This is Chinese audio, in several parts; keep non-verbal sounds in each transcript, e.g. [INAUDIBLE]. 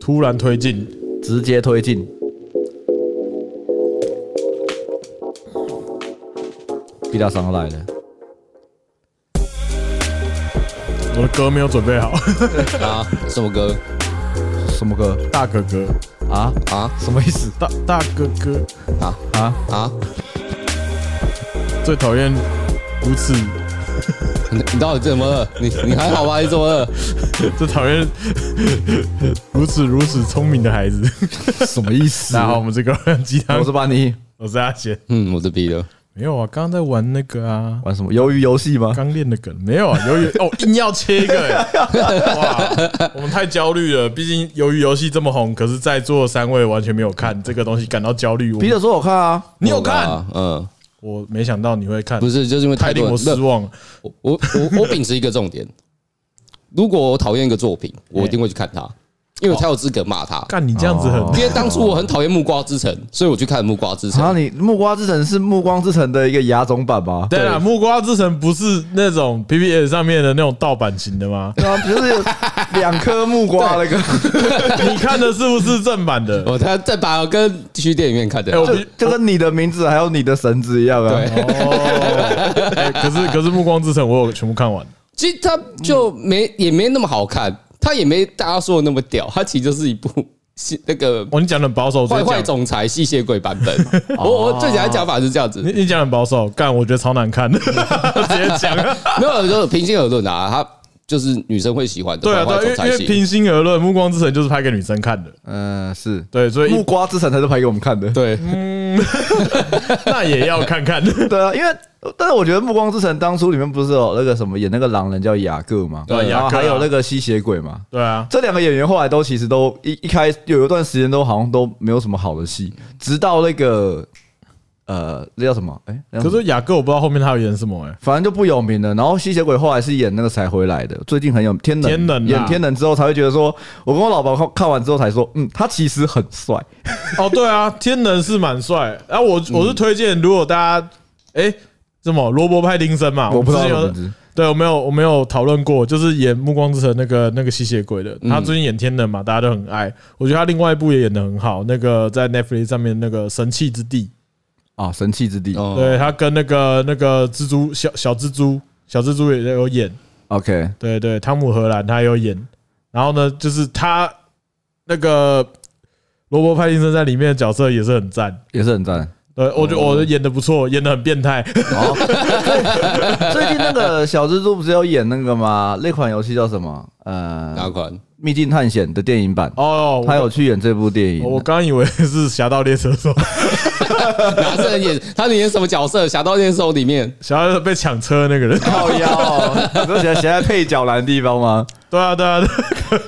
突然推进，直接推进。必大商来了，我的歌没有准备好， [LAUGHS] 啊，什么歌什么歌大哥哥，啊？啊什么意 [LAUGHS] 思大大哥哥，啊啊？啊？最讨厌如此， [LAUGHS] 你你到底怎么了？你你还好吗？你怎么 [LAUGHS] 了？最讨厌 [LAUGHS] 如此如此聪明的孩子。什么意思？大家好，我，们这个鸡汤我，是班尼。我是阿贤。嗯，我是 B 的。没有啊，刚刚在玩那个啊，玩什么鱿鱼游戏吗？刚练的梗没有啊，鱿鱼 [LAUGHS] 哦，硬要切一个、欸，哇，我们太焦虑了。毕竟鱿鱼游戏这么红，可是在座三位完全没有看这个东西，感到焦虑。我彼得说我看啊，你有我看？吧？嗯，我没想到你会看，不是，就是因为太令多我人失望了。我我我我秉持一个重点，如果我讨厌一个作品，我一定会去看它，因为我才有资格骂它。干你这样子很因为当初我很讨厌《暮光之城》，所以我去看《暮光之城然哦后》。啊你《暮光之城》是《暮光之城》的一个亚种版吧？？[LAUGHS] 对啊，木瓜之城不是那种 PPS 上面的那种盗版型的吗对啊，就是两颗木瓜那 [LAUGHS] 个，你看的是不是正版的？ [LAUGHS] 我他再把我跟去电影院看的哎我啦，就就跟你的名字还有你的绳子一样啊。对，哦，哎可是可是《暮光之城》我有全部看完，其实它就没也没那么好看，它也没大家说的那么屌，它其实就是一部是那个哦，你讲的很保守，直接坏坏讲总裁吸血鬼版 [LAUGHS] 本。我我最简单讲法是这样子你，你讲得很保守，干我觉得超难看的，直接讲。 [LAUGHS] 没有就平心而论啊，它就是女生会喜欢的对啊，对坏啊，坏因为总因裁为系。平心而论，《暮光之城》就是拍给女生看的，嗯，是对，所 [LAUGHS] 《暮以光之城》才是拍给我们看的。对，那也要看看。 [LAUGHS] 对啊，因为但是我觉得《暮光之城》当初里面不是有那个什么演那个狼人叫雅各嘛，对然雅后各啊还有那个吸血鬼嘛。对啊，这两个演员后来都其实都一一开有一段时间都好像都没有什么好的戏，直到那个呃那叫什么？哎、那叫可什么是雅各我不知道后面他有演什么哎。反正就不有名了。然后吸血鬼后来是演那个才回来的，最近很有天能，天能啊演天能之后才会觉得说，我跟我老婆看看完之后才说，嗯，他其实很帅。 [LAUGHS] 哦，对啊，天能是蛮帅。然、后我嗯我是推荐，如果大家哎、诶什么罗伯派丁森嘛，我不知道啊们之前他有的名字对，我没有我没有讨论过，就是演《暮光之城》那个那个吸血鬼的，嗯他最近演天能嘛，大家都很爱。我觉得他另外一部也演的很好，那个在 Netflix 上面那个《神器之地啊，神器之地。哦》，对他跟那个那个蜘蛛小小蜘蛛小蜘蛛也有演， OK，对对，汤姆·荷兰他有演。然后呢，就是他那个罗伯·派丁森在里面的角色也是很赞。也是很赞。对，我觉得我演的不错，演的很变态。哦， [LAUGHS] 最近那个小蜘蛛不是有演那个吗？那款游戏叫什么？呃，哪《款？秘境探险》的电影版，哦， [LAUGHS] 他有去演这部电我，我影。刚以为是《侠盗猎车手》，哪是人演？他演什么角色？《侠盗猎手》里面侠盗猎车被抢车的那个人。靠腰 [LAUGHS] 哦，你都写写在配角栏的地方吗？对啊，对啊，对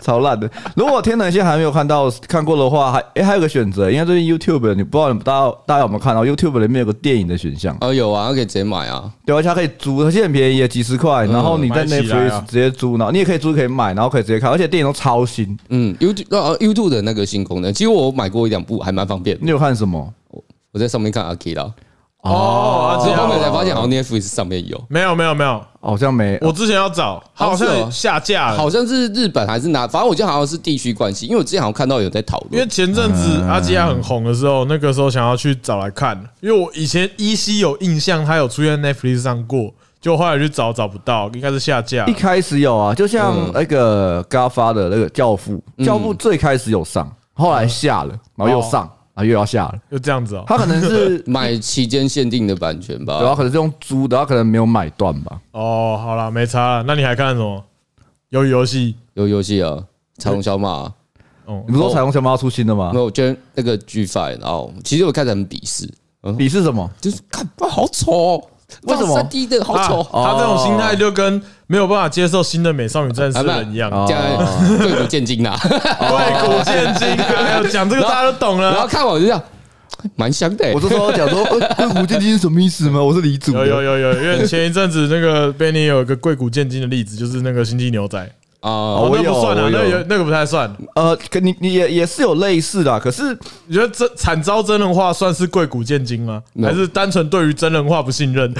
超烂的。如果天能线还没有看到看过的话，还诶、还有个选择，因为最近 YouTube 你不知道你大家大家有没有看到 YouTube 里面有个电影的选项，哦，有啊，可以直接买啊。对，而且它可以租，而且很便宜，几十块，然后你在买起来啊 Netflix 直接租，然后你也可以租可以买，然后可以直接看，而且电影都超新。嗯，YouTube 呃 YouTube 的那个新功能，其实我买过一两部，还蛮方便的。你有看什么？我在上面看阿 K 啦，哦，啊所以后面才这发样现好像 Netflix 上面有，没有没有没有，好像没，我之前要找，它好哦是哦像下架了好。像是日本还是哪，反正我记得好像是地区关系，因为我之前好像看到有在讨因为论。前阵子阿基亚很红的时候，那个时候想要去找来看，因为我以前依稀有印象，它有出现在 Netflix 上过，就后来去找找不到，应该是下架一。开始有啊，就嗯像那个 g a f a 的那个教父，教父最开始有上，后来下嗯了，然后又哦上，然后又要下 [LAUGHS] 了。就这样子哦，他可能是，买期间限定的版权吧，啊 [LAUGHS] 对，他可能是用租的，他可能没有买断吧。哦，好啦，没差了。那你还看什么？鱿鱼游戏，有游戏啊，彩虹小马啊、哦你，不是说彩虹小马要出新的吗没？有，我觉得那个 G Five，然后其实我开始很鄙视，嗯笔是什么？就是看哇好丑、哦，为什么三 D 的好啊丑、哦他这种心态就跟没有办法接受新的美少女战士的人一样，哦啊这样贵古见今 [LAUGHS] 呐。对古见今。 [LAUGHS] 哎呦，讲这个大家都懂然后了。看完我就这样，蛮香哎的欸、我是说讲 [LAUGHS] 说，呃，硅谷基金是什么意思吗？我是李主有的。有有有，因为前一阵子那个 Benny 有一个贵古见今的例子，就是那个星际牛仔，啊，哦哦，我那有不算啊我，有那有那个不太算。呃，可你你也也是有类似的啊，可是你觉得这惨遭真人化算是贵古见今吗？ No 还是单纯对于真人化不信 [LAUGHS] 任？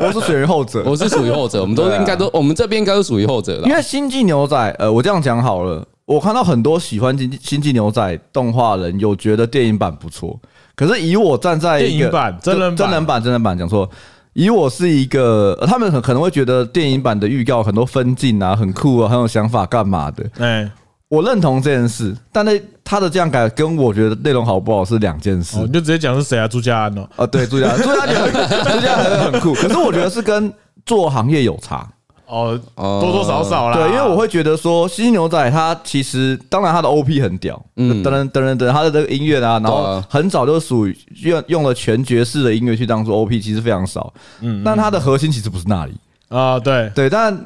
我是属于后 [LAUGHS] 者。我是属于后者，我们都对啊 [LAUGHS] 应该都，我们这边应该都属于后者因了。为《星际牛仔》，呃，我这样讲好了，我看到很多喜欢金星际牛仔动画人有觉得电影版不错，可是以我站在一个电影版真人版真人版真人版讲错，以我是一个呃他们很可能会觉得电影版的预告很多分镜啊很酷啊很有想法干嘛的，哎，我认同这件事，但那他的这样改跟我觉得内容好不好是两件事哦，你就直接讲是谁啊？朱家安哦，啊。对，朱家朱家觉得朱家觉得很酷，可是我觉得是跟做行业有差。哦，哦多多少少啦，对，因为我会觉得说，犀牛仔它其实当然它的 OP 很屌，嗯，嗯噔噔噔噔噔，它的这个音乐啊，然对后啊，很早就属于用用了全爵士的音乐去当做 OP，其实非常少，嗯，但它的核心其实不是那里，啊，对，对，但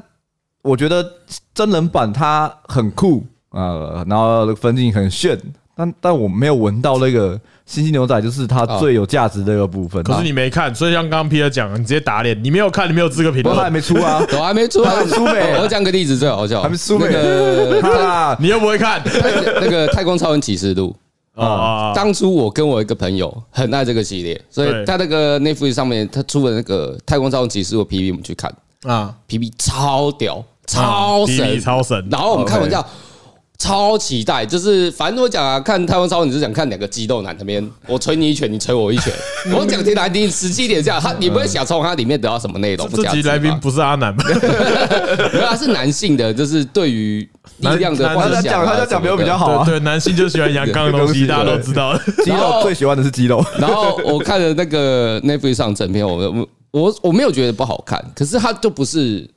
我觉得真人版它很酷，呃，然后风景很炫。但但我没有闻到那个《星际牛仔》，就是它最有价值的那个部分。可是你没看，所以像刚刚 Peter 讲，你直接打脸，你没有看，你没有资格评不过它还论，没出啊 [LAUGHS] 我还没出还来，没出呗 [LAUGHS] 我讲个例子最啊好 [LAUGHS] 笑，还没出呗那 [LAUGHS] 个哈啦，你又不会看那个《太空超人启示录哦啊哦》，哦啊当初我跟我一个朋友很爱这个系列，所对以他那个 Netflix 上面他出的那个《太空超人启示录》PV 我们去看啊， ，PV 超屌，啊超比神你，超神，然后我们看完之后。超期待，就是反正我讲啊，看《太空超人》，你是想看两个肌肉男 [LAUGHS] 那边，我捶你一拳，你捶我一拳。我讲听来宾十七点这样，他你不会想从他里面得到什么内容？这假集肢来宾吧不是阿南吧？没有，他是男性的，就是对于力量的男幻他男在讲想啊。他在讲比我比较好啊。对对，男性就喜欢阳刚的东西，这大家个东西都知道。 [LAUGHS] [LAUGHS] 肌肉最喜欢的是肌肉，什么的。然后我看了那个 Netflix 上整片，我我我我没有觉得不好看，可是他就不是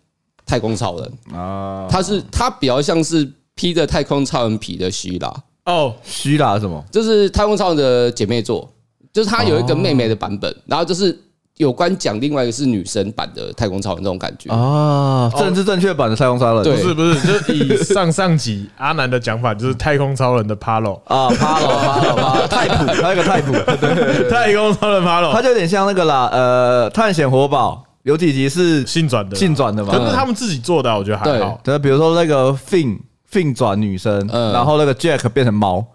太空超人，啊，他是他比较像是披着太空超人皮的希拉，哦，虚啦什么？就是太空超人的姐妹作，就是他有一个妹妹的版哦本，然后就是有关讲另外一个是女生版的太空超人这种感觉。哦啊，政治正确版的太空杀人，不对是不是，就是以上上集阿南的讲法，就是太空超人的 Palo，啊，趴了趴了趴 [LAUGHS] 了，太普，还有一个太普，对，太空超人它 Palo 就有点像那个啦，呃，探险活宝有几集是性转的，性转的嘛可，是他们自己做的啊，我觉得还好。对，比如说那个 Fin Fin 转女生，嗯然后那个 Jack 变成猫，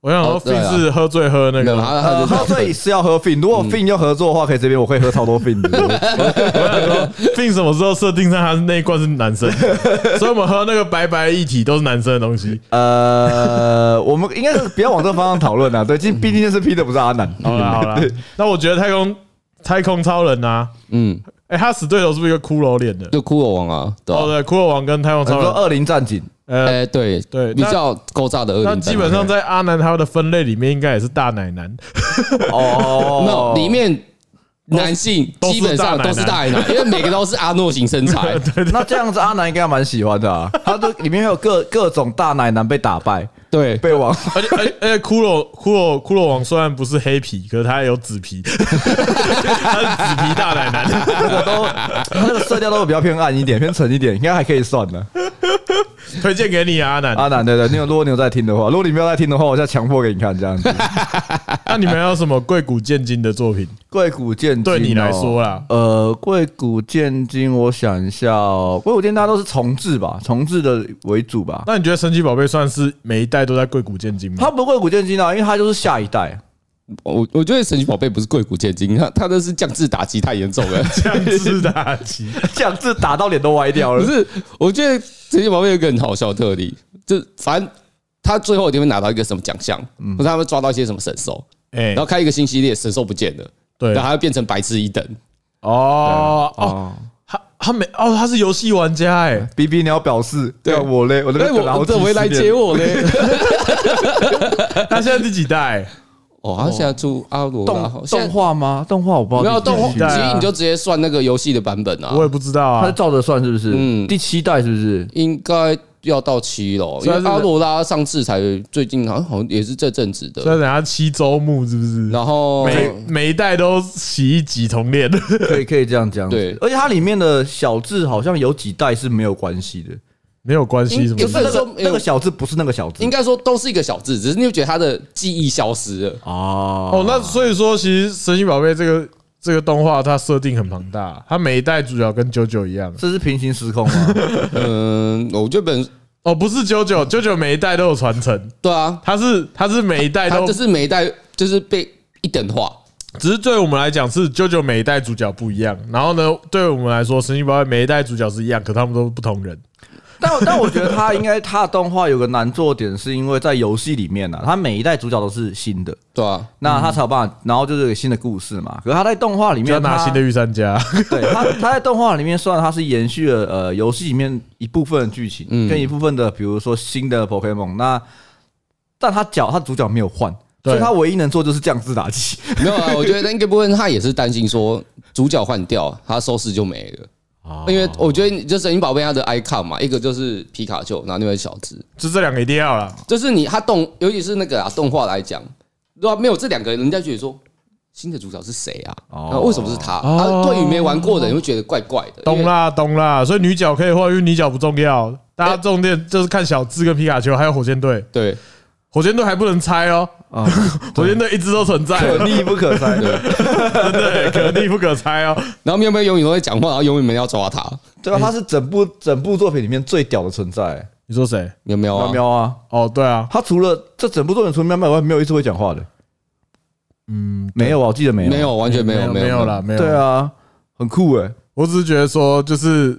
我想说哦对啊啊 Fin 是喝醉喝那没有，个，他呃，他喝就是醉是要喝 Fin，如果 Fin 要合作的话，可以这边我可以喝超多 [LAUGHS] Fin 的， Fin 什么时候设定上他那一罐是男 [LAUGHS] 生，所以我们喝那个白白一体都是男生的东西。呃，我们应该是不要往这个方向讨论啊，对，毕毕竟这是 P 的不是阿南，好啦好 [LAUGHS] 啦，那我觉得太空太空超人啊，嗯，哎，他死对头是不是一个骷髅脸的？就骷髅王啊，对吧哦，对，骷髅王跟太空我超说人，二零战警，呃，哎，对对比那较勾炸的恶那灵战基本上在阿南他的分类里面，应该也是大奶男。哦那，里面男性哦都基本上都是大奶 [LAUGHS] 男，因为每个都是阿诺型身材。 [LAUGHS] 那这样子，阿南应该蛮喜欢的啊。他都里面有各各种大奶男被打败，对，被王而且而且而且骷髅骷髅骷髅王虽然不是黑皮，可是他也有紫 [LAUGHS] 皮，他是紫皮大奶男。那个都，他那个色调都比较偏暗一点，偏沉一点，应该还可以算的。 [LAUGHS] 推荐给你啊，阿南。阿南，对对，你有如果你有在听的话，如果你没有在听的话，我现在强迫给你看这样子。那你们有什么贵古见今的作品？ [LAUGHS] 贵谷剑对你来说，啦，呃，贵谷剑经，我想一下哦，贵谷剑大家都是重置吧，重置的为主吧。那你觉得神奇宝贝算是每一代都在贵古见今 [LAUGHS] 吗？他不贵谷剑经啊，因为他就是下一代。 [LAUGHS] 我我觉得神奇宝贝不是贵骨千金，他他那是降智打击太严重了。降智打击，这样子打到脸都歪掉不了。是，我觉得神奇宝贝有一个很好笑的特例，就反正他最后一定会拿到一个什么奖项，或者他们抓到一些什么神兽，哎然，后开一个新系列，神兽不见了，对然后，还会变成白痴一等。哦哦，哦他他没哦，他是游戏玩家 [LAUGHS] 哎， ，B B 你要表示，对对我嘞，我这哎，边等了我好几怎么会十来年接我嘞？他现在第几代？ [LAUGHS] 哦，他现在出阿罗拉动，现在动画吗？动画我不知道。没有动画，第几代啊其实你就直接算那个游戏的版本啊我，也不知道它是啊。照着算是不是？嗯第七代是不是？应该要到七了，因所以它是为阿罗拉上次才最近好像好像也是这阵子所的，以等下七周目是不是？然后每每一代都洗一集同恋，可以可以这样讲。对而且它里面的小智好像有几代是没有关系的， [LAUGHS] 没有关系什么就就是是的。那说个那个小智不是那个小智应该说都是一个小字，只是你会觉得他的记忆消失了。啊。哦，那所以说，其实《神奇宝贝》这个这个动画，它设定很庞大，它每一代主角跟九九一样。这是平行时空啊吗？嗯，我觉得本哦，不是九九，九九每一代都有传承，对啊，它是它是每一代他都就，是每一代就是被一等化，只是对我们来讲是九九每一代主角不一样。然后呢，对我们来说，《神奇宝贝》每一代主角是一样，可他们都是不同人。但但我觉得他应该他的动画有个难做点，是因为在游戏里面呢、他每一代主角都是新的，[LAUGHS] 对啊，那他才有办法，然后就是有个新的故事嘛。可是他在动画里就要面，拿他新的御三家， [LAUGHS] 对他，他在动画里面虽然他是延续了呃游戏里面一部分的剧情，嗯跟一部分的比如说新的 Pokemon，那但他角他主角没有换，对所以他唯一能做就是降智打击。没有啊，我觉得那个部分他也是担心说主角换掉，他收视就没了。因哦为我觉得你就神奇宝贝它的 icon 嘛，一个就是皮卡丘，然后另外一个小智， [LAUGHS] 就这两个一定要啦。就是你他动，尤其是那个啊动画来讲，如果没有这两个人，人家觉得说新的主角是谁啊？哦哦啊，为什么是他？哦啊，对于没玩过的人会觉得怪怪的。懂因为，啦，懂啦，所以女角可以换，因为女角不重要，大家重点就是看小智跟皮卡丘，还有火箭队。对火箭队还不能拆哦， [LAUGHS] 啊，火箭队一直都存在， [LAUGHS] 可逆不可拆。真对。的可逆不可拆哦。然后喵喵永远都会讲话，然后永远没人要抓他。 [LAUGHS] 对啊，他是整部整部作品里面最屌的存在。你说谁？喵喵喵啊，喵啊，哦，对啊，他除了这整部作品除了喵喵以外，没有一次会讲话的。嗯，没有啊，我记得没有。没。有，完全没有，没有有。啦，没有。对，啊，很酷哎。我只是觉得说，就是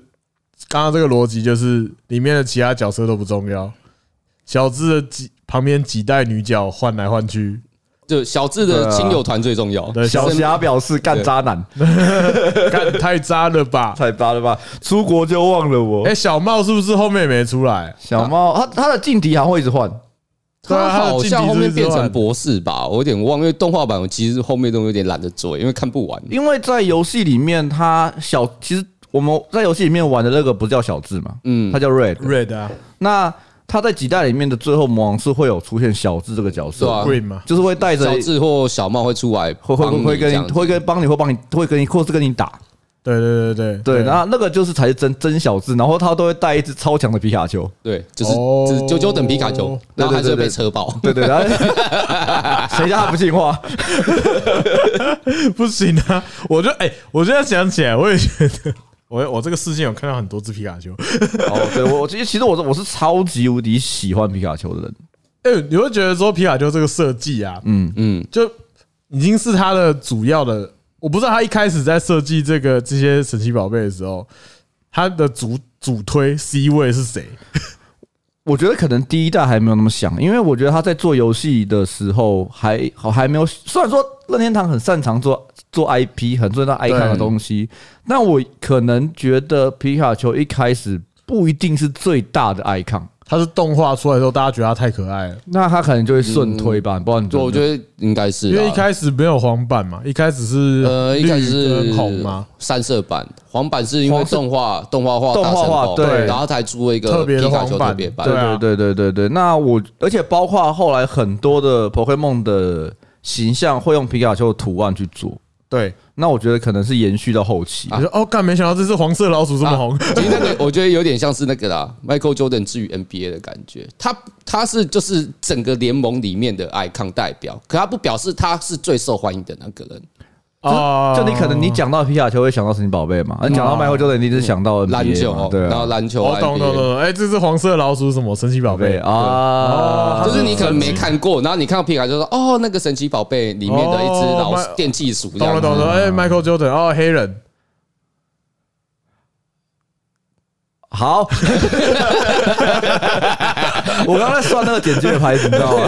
刚刚这个逻辑，就是里面的其他角色都不重要，小智的几旁边几代女角换来换 [LAUGHS] 去，就小智的亲友团最重要。对啊小霞表示干渣男，干太渣了 [LAUGHS] 吧？太渣了吧？出国就忘了我哎，。小茂是不是后面也没出来？小猫，他他的劲敌还会一直换，对啊他好像后面变成他的晋级之博士吧，我有点忘，因为动画版我其实后面都有点懒得追，因为看不完。因为在游戏里面，他小其实我们在游戏里面玩的那个不叫小智嘛，嗯他，叫 Red。 Red 啊那他在几代里面的最后魔王是会有出现小智这个角色，对啊，Green 嘛，就是会带着小智或小茂会出来会会帮会你会跟这你样子会跟帮你会帮你会跟你或是跟你打，对对对对对，然后那个就是才是真真小智，然后他都会带一只超强的皮卡丘，对，就是哦只九九等皮卡丘，然后还是会被车爆。 [LAUGHS] 对对， [LAUGHS] 然后谁叫他不进化？不行啊！我就哎、我现在想起来，我也觉得， [LAUGHS] 我我这个视线有看到很多只皮卡丘。哦，对我我其实其实我是我是超级无敌喜欢皮卡丘的人，哎、你会觉得说皮卡丘这个设计啊，嗯，嗯，就已经是它的主要的。我不知道他一开始在设计这个这些神奇宝贝的时候，他的主主推 C 位是谁？我觉得可能第一代还没有那么想，因为我觉得他在做游戏的时候还好还没有，虽然说任天堂很擅长做做 IP，很重要 icon 的东西，但我可能觉得皮卡丘一开始不一定是最大的 icon，他是动画出来的时候，大家觉得他太可爱了，那他可能就会顺推吧，不然你对，我得觉得应该是啦，啊因为一开始没有黄版嘛，一开始是呃一开始绿是跟红嘛，三色版，黄版是因为黄色动画动画化动画大成化功对然后才出了一个特别的皮卡黄丘版特别版，对啊对对对对对。那我而且包括后来很多的 Pokemon 的形象会用皮卡丘的图案去做，对，那我觉得可能是延续到后期。你说哦，干，没想到这只黄色老鼠这么红，其实那个我觉得有点像是那个啦，Michael Jordan 之于 NBA 的感觉。他他是就是整个联盟里面的 icon 代表，可他不表示他是最受欢迎的那个人。哦，嗯就你可能你讲到皮卡丘会想到神奇宝贝嘛，那讲到 Michael Jordan 你是想到 NBA 嘛篮球，哦对然后啊，篮球我 NBA，懂懂懂懂，哎，这只黄色的老鼠是什么神奇宝对贝？啊，就是你可能没看过，然后你看到皮卡就说：“哦，那个神奇宝贝里面的一只哦老麦电技鼠。”这懂样了啊子懂了，嗯哎，Michael Jordan 哦，黑人， [LAUGHS] 好。我刚刚在算那个点击的牌子，你知道 [LAUGHS] 吗？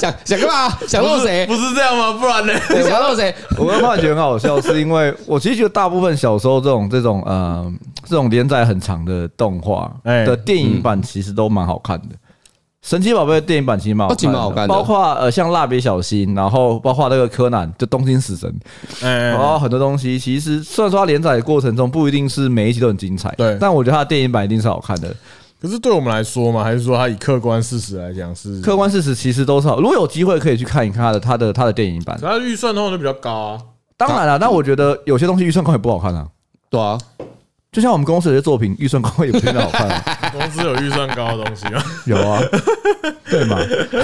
想想干嘛？想弄谁哎不？是这样吗？不然呢？你想弄谁？我刚刚觉得很好笑，是因为我其实觉得大部分小时候这种这种呃这种连载很长的动画哎的电影版其实都蛮好看的。神奇宝贝的电影版其实蛮好哦其实蛮好看看的，的包括呃像蜡笔小新，然后包括那个柯南，就东京死神，哎然，后哦很多东西其实虽然说它连载的过程中不一定是每一集都很精彩，对嗯但我觉得它的电影版一定是好看的。可是对我们来说嘛，还是说它以客观事实来讲是客，观事实其实都是好，如果有机会可以去看一看它的它的它的电影版可。它预算通常都比较高啊。 [LAUGHS] 当然了，那我觉得有些东西预算高也不好看啊，对啊，就像我们公司有些作品预算 [LAUGHS] 高也不一定好看、啊。公司有预算高的东西 [LAUGHS] 吗？有 [LAUGHS] 啊，对嘛？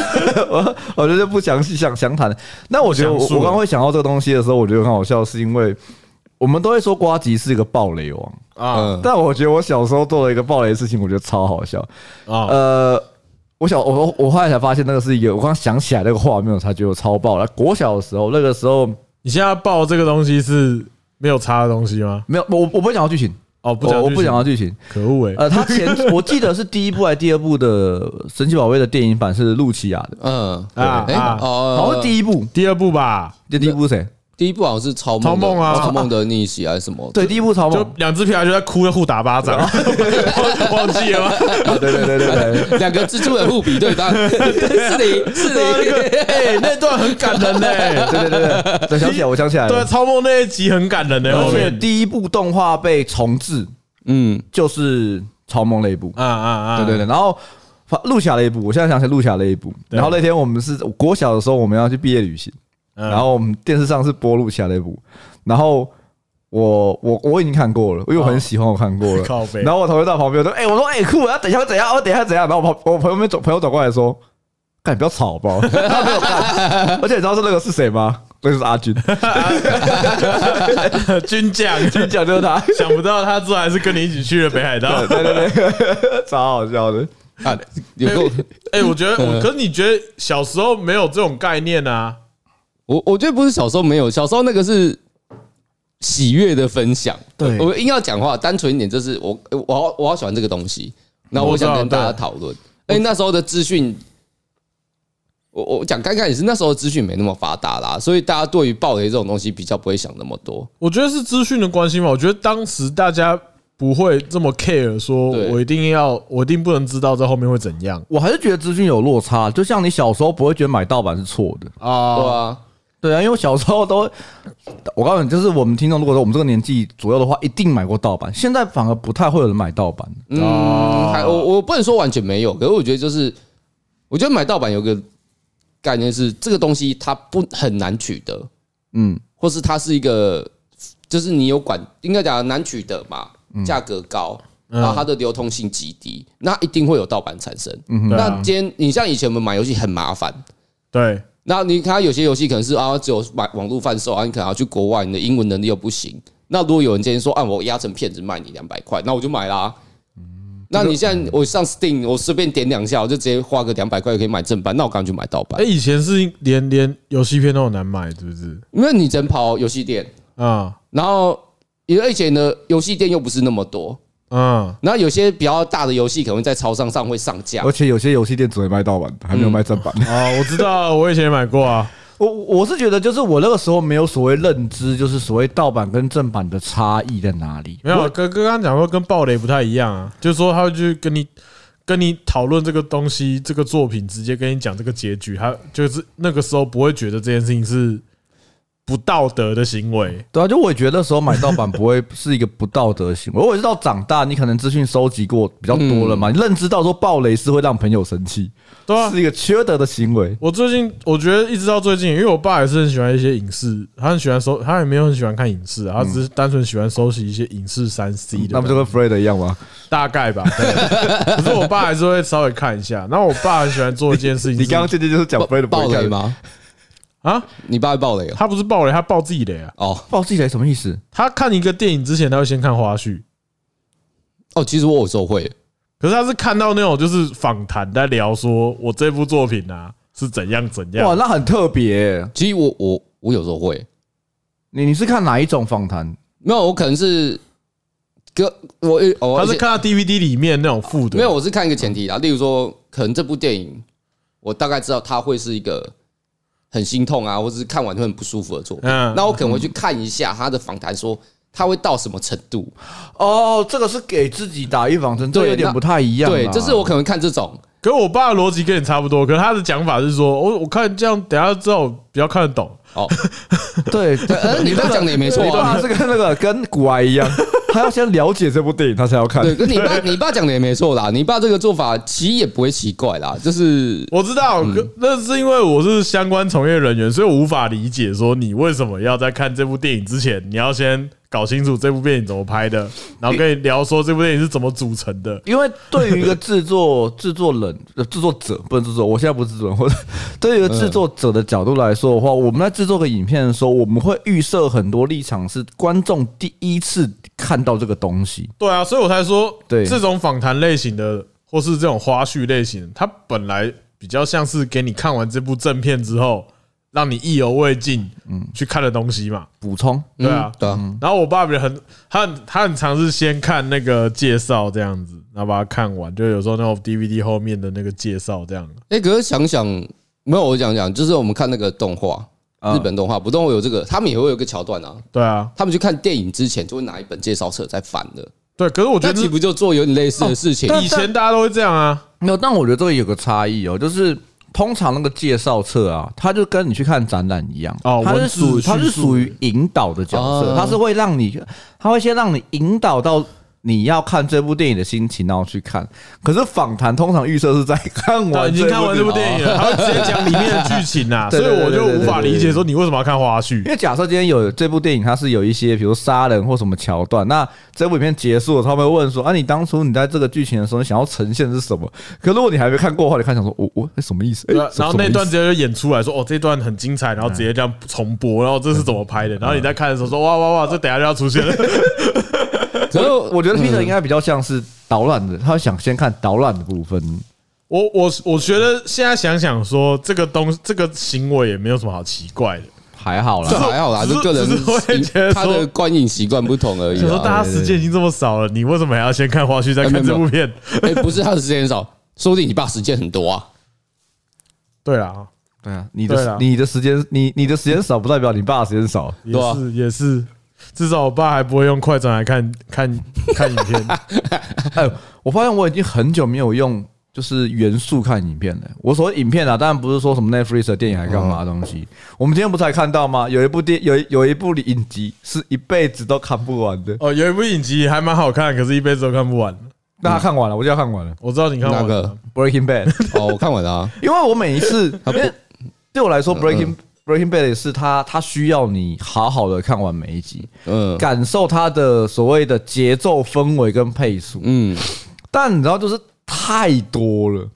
[LAUGHS] 我我觉得不详细想详谈。那我觉得我不详述我刚会想到这个东西的时候，我觉得很好笑，是因为我们都会说瓜吉是一个暴雷王，啊嗯但我觉得我小时候做了一个暴雷的事情，我觉得超好笑。啊，呃，我小我我我后来才发现那个是一个，我刚想起来那个画面，我才觉得我超爆了。国小的时候，那个时候你现在报这个东西是没有差的东西吗？没有我我不会讲到剧情，哦，不讲我我剧不情讲啊到剧情。可恶哎、呃，他前我记得是第一部还是第二部的神奇宝贝的电影版是露琪亚的，嗯啊哎啊哦，好像是第一部，第二部吧，这第一部是谁？第一部好像是超梦的超梦啊超梦的逆袭还是什么？对，第一部超就梦，两只皮卡丘在哭，在互打巴掌，哦忘 [LAUGHS] 忘记了吗？啊对对对对对。 [LAUGHS] 两个蜘蛛人互比对当， [LAUGHS] 是你是你，哎、那段很感人呢、 [LAUGHS] 对对对对，对，想起来，我想起来对，啊了。超梦那一集很感人呢、而后且面第一部动画被重置， [LAUGHS] 嗯，就是超梦那一部。啊啊啊！对对对，然后发陆霞那一部，我现在想起陆霞那一部。对然后那天我们是国小的时候，我们要去毕业旅行，嗯，然后我们电视上是播陆霞那一部，然后。我我我已经看过了，因为我很喜欢，我看过了。 [LAUGHS] 靠北然后我同学在旁边说：“哎、我说哎、酷，我要等一下怎样，我等一下怎样。”然后我朋我朋友们走朋友走过来说：“干，你不要吵好不 [LAUGHS] 好？”他没有看，而且你知道是那个是谁吗？那就是 [LAUGHS] 阿军，军将， [LAUGHS] 你讲就 [LAUGHS] 是他。想不到他之后还是跟你一起去了北海道。对对对， [LAUGHS] 超好笑的。啊，有够。哎、我觉得，我可是你觉得小时候没有这种概念啊？我我觉得不是小时候没有，小时候那个是喜悦的分享。对我硬要讲话，单纯一点，就是我我好我好喜欢这个东西，那我想跟大家讨论。哎，那时候的资讯，我我讲刚开始是那时候的资讯没那么发达啦，所以大家对于暴雷这种东西比较不会想那么多。我觉得是资讯的关系嘛。我觉得当时大家不会这么 care，说对我一定要，我一定不能知道在后面会怎样我还是觉得资讯有落差，就像你小时候不会觉得买盗版是错的，啊对啊，对啊，因为我小时候都，我告诉你，就是我们听众，如果说我们这个年纪左右的话，一定买过盗版，现在反而不太会有人买盗版。哦嗯，还我我不能说完全没有，可是我觉得就是，我觉得买盗版有个概念是，这个东西它不很难取得，嗯，或是它是一个，就是你有管，应该讲难取得嘛，嗯价格高，然后它的流通性极低，那一定会有盗版产生。对那啊今天你像以前我们买游戏很麻烦，对，那你看有些游戏可能是啊，只有买网络贩售啊，你可能要去国外，你的英文能力又不行。那如果有人今天说啊，我压成骗子卖你两百块，那我就买啦、嗯那你现在我上 Steam，我随便点两下，我就直接花个两百块可以买正版，那我刚去买盗哎、版，以前是连连游戏片都很难买，是不是？因为你只能跑游戏店，啊然后因为以前的游戏店又不是那么多，嗯，然后有些比较大的游戏可能会在超商上会上架而，且有些游戏店只会卖盗版，还没有卖正版。哦，我知道，我以前也买过啊。 [LAUGHS] 我我是觉得，就是我那个时候没有所谓认知，就是所谓盗版跟正版的差异在哪里。没有，哥哥刚刚讲说跟暴雷不太一样啊，就是说他会去跟你跟你讨论这个东西、这个作品，直接跟你讲这个结局，他就是那个时候不会觉得这件事情是不道德的行为。对啊，就我也觉得那时候买盗版不会 [LAUGHS] 是一个不道德的行为。我也是到长大，你可能资讯收集过比较多了嘛，你认知到说暴雷是会让朋友生气，对啊，是一个缺德的行为。我最近我觉得一直到最近，因为我爸也是很喜欢一些影视，他很喜欢收，他也没有很喜欢看影视啊，他只是单纯喜欢收集一些影视三 C 的嗯那东西。不就跟 Fred 一样吗？大概吧， [LAUGHS] 对可是我爸还是会稍微看一下。然后我爸很喜欢做一件事情是，你刚刚渐渐就是讲 Fred 不暴会雷看？吗？啊，你爸会暴雷哦？他不是爆雷，他爆自己雷啊。哦暴自己雷什么意思？他看一个电影之前，他会先看花絮，哦，其实我有时候会，可是他是看到那种就是访谈在聊说，我这部作品啊是怎样怎哇，样。那很特别欸。其实我我我有时候会，你你是看哪一种访谈？没有，我可能是哥，我我他是看到 DVD 里面那种附的，没有，我是看一个前提啦，例如说，可能这部电影我大概知道它会是一个很心痛啊，或者是看完会很不舒服的作品，嗯那我可能会去看一下他的访谈，说他会到什么程度。哦，这个是给自己打预防针，这对有点那不太一样啊。对，就是我可能看这种，可我爸的逻辑跟你差不多，可是他的讲法是说，哦我我看这样，等一下之后比较看得懂。哦 [LAUGHS] 对，对呃你爸讲的也没错你啊爸是跟那个跟古埃一样，他要先了解这部电影，他才要看。对，跟你 [LAUGHS] 爸你爸讲的也没错啦，你爸这个做法其实也不会奇怪啦，就是我知道，嗯可那是因为我是相关从业人员，所以我无法理解说你为什么要在看这部电影之前，你要先搞清楚这部电影怎么拍的，然后跟你聊说这部电影是怎么组成的。因为对于一个制作 [LAUGHS] 制作人、呃制作者，不能制作，我现 [LAUGHS] 在不是制作人，或者对于一个制作者的角度来说的话，我们在制作个影片的时候，我们会预设很多立场，是观众第一次看到这个东西。对啊，所以我才说，对这种访谈类型的，或是这种花絮类型，它本来比较像是给你看完这部正片之后，让你意犹未尽，嗯，去看的东西嘛。补充，对啊嗯对啊，然后我爸比很，他很他很常是先看那个介绍这样子，然后把它看完，就有时候那种 DVD 后面的那个介绍这样。哎，可是想想没有，我讲讲，就是我们看那个动画，啊日本动画，不动会有这个，他们也会有一个桥段啊。对啊，他们去看电影之前就会拿一本介绍册在翻的，对，可是我觉那得哦岂不就做有点类似的事情？以前大家都会这样啊，没有，但我觉得这个有个差异哦，就是通常那个介绍册啊，它就跟你去看展览一样，哦它文字是属于它是叙述属于引导的角色，哦它是会让你，它会先让你引导到。你要看这部电影的心情，然后去看。可是访谈通常预设是在看对，完已经看完这部影，电影了，他会直接讲里面的剧情啊，所 [LAUGHS] 对以对对我就无法对对对对理解说你为什么要看花絮因。为假设今天有这部电影，它是有一些比如杀人或什么桥段，那这部影片结束了，他们会问说：“啊，你当初你在这个剧情的时候，你想要呈现的是什么？”可如果你还没看过的话，你看想说：“我我哎什么意思？”哎对啊什然后那什么意思段直接就演出来说，哦，这段很精彩，然后直接这样重播，然后这是怎么拍的，然后你在看的时候说，哇哇哇，这等一下就要出现 [LAUGHS] 了。可是我嗯我觉得 Peter 应该比较像是导览的，他想先看导览的部分。我我我觉得现在想想说，这个东这个行为也没有什么好奇怪的。还好这啦，还好啦，只是就个只是我也觉人得说他的观影习惯不同而已啊想说啦。大家时间已经这么少了，你为什么还要先看花絮再看这部片？哎，不是他的时间少，说不定你爸时间很多啊。对啦，对啊，你对啦的你的时间，你你的时间少，不代表你爸的时间 [LAUGHS] 少。也对啊是也是，至少我爸还不会用快转来看 [LAUGHS] 看看影片。哎，我发现我已经很久没有用就是原速看影片了。我所谓影片啊，当然不是说什么 Netflix 的电影还干嘛的东西。嗯我们今天不才看到吗？有一部电有一有一部影集是一辈子都看不完嗯的， [LAUGHS] 哦，有一部影集还蛮好看，可是一辈子都看不完。那他看完了，我就要看完了我知道你看哪完个了，？ 《Breaking Bad》。哦，我看完了啊。因为我每一 [LAUGHS] 次，因为对我来说，Breaking 嗯 Breaking Bad 也是它，它需要你好好的看完每一集，嗯感受它的所谓的节奏、氛围跟配速。嗯，但你知道，就是太多了，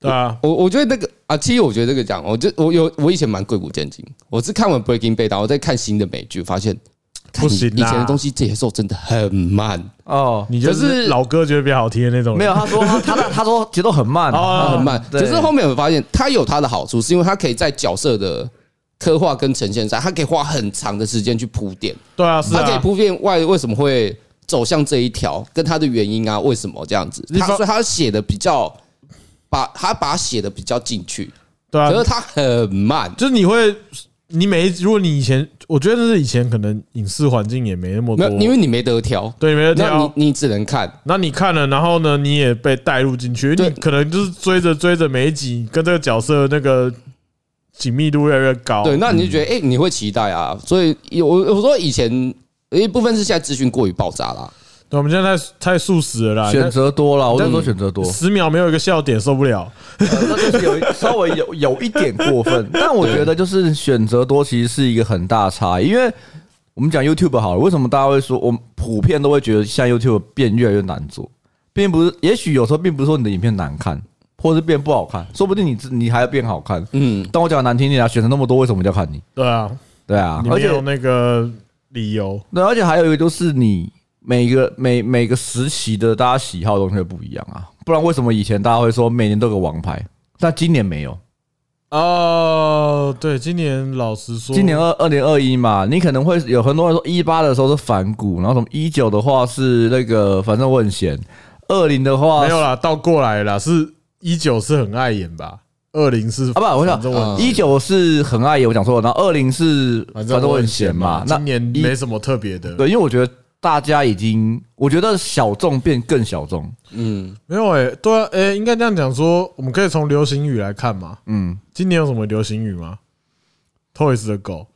对啊，我我觉得那个啊，其实我觉得这个讲，我就我有我以前蛮贵古见今，我是看完《Breaking Bad》，然后再看新的美剧，发现看不行以啦前的东西接受真的很慢，哦。你就可是是老歌觉得比较好听的那种人。没有，他说他他他说节奏很慢，嗯哦很慢。对可是后面我发现它有它的好处，是因为它可以在角色的刻画跟呈现上，它可以花很长的时间去铺垫。对啊，是它可以啊，铺垫外为什么会走向这一条，跟它的原因啊，为什么这样子？你他说所以他写的比较，把他把它写的比较进去，对啊可，是它很慢。就是你会，你每一如果你以前，我觉得是以前可能影视环境也没那么没多有，，因为你没得挑，对，没得那挑你。你只能看。那你看了，然后呢，你也被带入进去，对你可能就是追着追着每一集，跟这个角色那个紧密度越来越高。嗯对，那你就觉得哎、诶你会期待啊。所以有我我说以前有一部分是现在资讯过于爆炸啦，对，我们现在太太速死了啦，选择多了，我就但说选择多，十秒没有一个笑点，受不了。呃那就是有一稍微有有一点过分，但我觉得就是选择多其实是一个很大的差异，因为我们讲 YouTube 好了，为什么大家会说我们普遍都会觉得现在 YouTube 变越来越难做，并不是，也许有时候并不是说你的影片难看，或是变不好看，说不定你自你还要变好看。嗯，但我讲得难听点啊，选择那么多，为什么叫看你？对啊，对啊你，而没且有那个理由。对，而且还有一个就是你每个每每个时期的大家喜好的东西会不一样啊，不然为什么以前大家会说每年都有个王牌，但今年没有？哦，对，今年老实说，今年二二零二一嘛，你可能会有很多人说一八的时候是反骨，然后什么一九的话是那个反正我很闲，二零的话没有啦，倒过来啦，是一九是很碍眼吧，二零是啊不我想反正我嗯很一九是很爱演，我讲错了，然后二零是反反正正我我很很闲闲嘛嘛，。今年那一没什么特别的。对，因为我觉得大家已经，我觉得小众变更小众，嗯，没有诶、对啊，诶、应该这样讲说，我们可以从流行语来看嘛。嗯今年有什么流行语吗？Toys 的 [LAUGHS] 狗，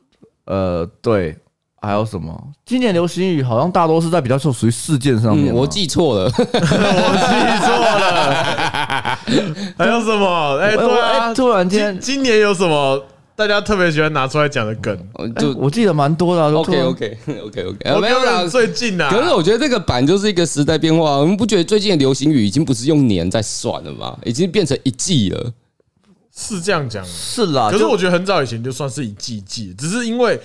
呃对，还有什么？今年流行语好像大多是在比较受属于事件上面嗯嘛，我记错了， [LAUGHS] 我记错了。还有什么？哎、哎对我啊，哎突然间今今年有什么大家特别喜欢拿出来讲的梗？哎就我记得蛮多的啊、就突 OK 然 OK [LAUGHS] OK OK，呃我呃没有啦跟。最近啊，可是我觉得这个版就是一个时代变化，我们不觉得最近的流行语已经不是用年在算了吗？已经变成一季了。是这样讲的。是啦，可是啊就我觉得很早以前就算是一季一季，只是因为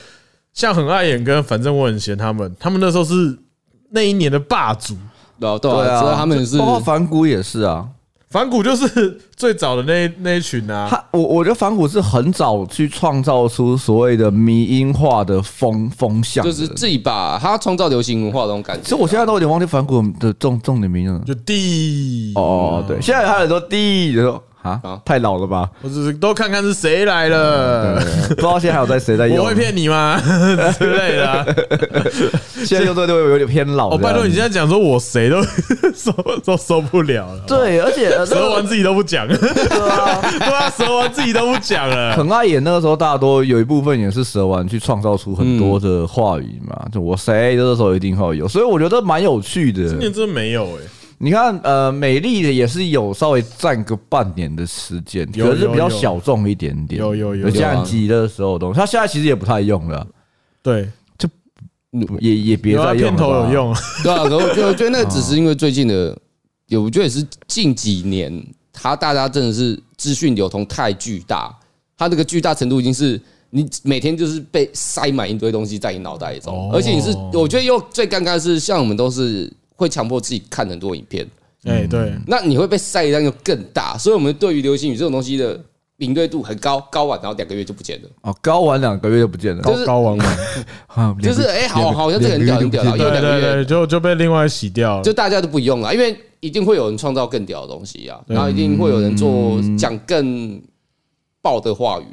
像很爱演跟反正我很闲他们，他们那时候是那一年的霸主。对啊，对对啊，啊，所以他们是包括反骨也是啊。反骨就是最早的那一那一群啊，他我我觉得反骨是很早去创造出所谓的迷音化的风风向的，就是自己把他创造流行文化的那种感觉。其实我现在都有点忘记反骨的重重点名了。就地哦，嗯对，现在还有很多第一，就说啊啊，太老了吧， [LAUGHS] 我只是都看看是谁来了，不知道现在还有在谁在用。我会骗你吗 [LAUGHS] 之类的 [LAUGHS] 啊。现在用这个都有点偏老。哦，拜托你现在在讲说我谁都 [LAUGHS] 受都受不了了， [LAUGHS] 对，而且呃那蛇个丸自己都不讲， [LAUGHS] 对对啊啊，蛇丸自己都不讲了。很爱演那个时候，大多有一部分也是蛇丸去创造出很多的话语嘛，就我谁这个时候一定会有，所以我觉得蛮有趣的。今年真的没有哎，你看，呃，美丽的也是有稍微占个半年的时间，有可是有比较有小众一点点。有有有有有家人啊急的时候的东西，他现在其实也不太用了，对，不也也别有啊再用片了头有吧。用， [LAUGHS] 对啊，可我觉得我觉得那只是因为最近的，也我觉得也是近几年，他大家真的是资讯流通太巨大，他那个巨大程度已经是你每天就是被塞满一堆东西在你脑袋哦中，而且你是我觉得又最尴尬的是，像我们都是会强迫自己看很多影片，嗯哎，对，那你会被塞量又更大，所以我们对于流星雨这种东西的敏锐度很高，高完然后两个月就不见了。哦，高玩两个月就不见了，就是高 [LAUGHS] 玩玩，啊就两是个哎，好两个好像这个很屌很屌啦，因对为两对个对，月就就被另外洗掉了就。大家都不用啊了，因为一定会有人创造更屌的东西啊，然后一定会有人做讲更爆的话语，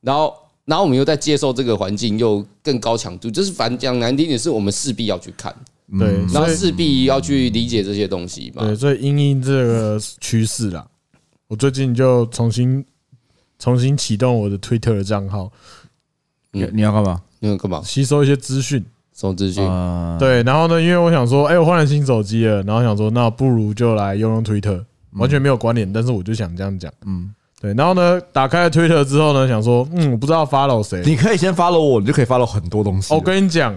然后然后我们又在接受这个环境又更高强度，就是反正讲难听点是我们势必要去看，嗯对，然后所以势必要去理解这些东西嘛。对，所以因应这个趋势啦，我最近就重新重新启动我的 Twitter 的账号，你你要干嘛？你们干嘛？吸收一些资讯。什么资讯？ [LAUGHS] 啊，对，然后呢，因为我想说，哎，我换了新手机了，然后想说，那不如就来用用 Twitter，完嗯全没有关联，但是我就想这样讲，嗯。对，然后呢，打开了 Twitter 之后呢，想说，嗯，我不知道 follow 谁。你可以先 follow 我，你就可以 follow 很多东西哦了。我跟你讲，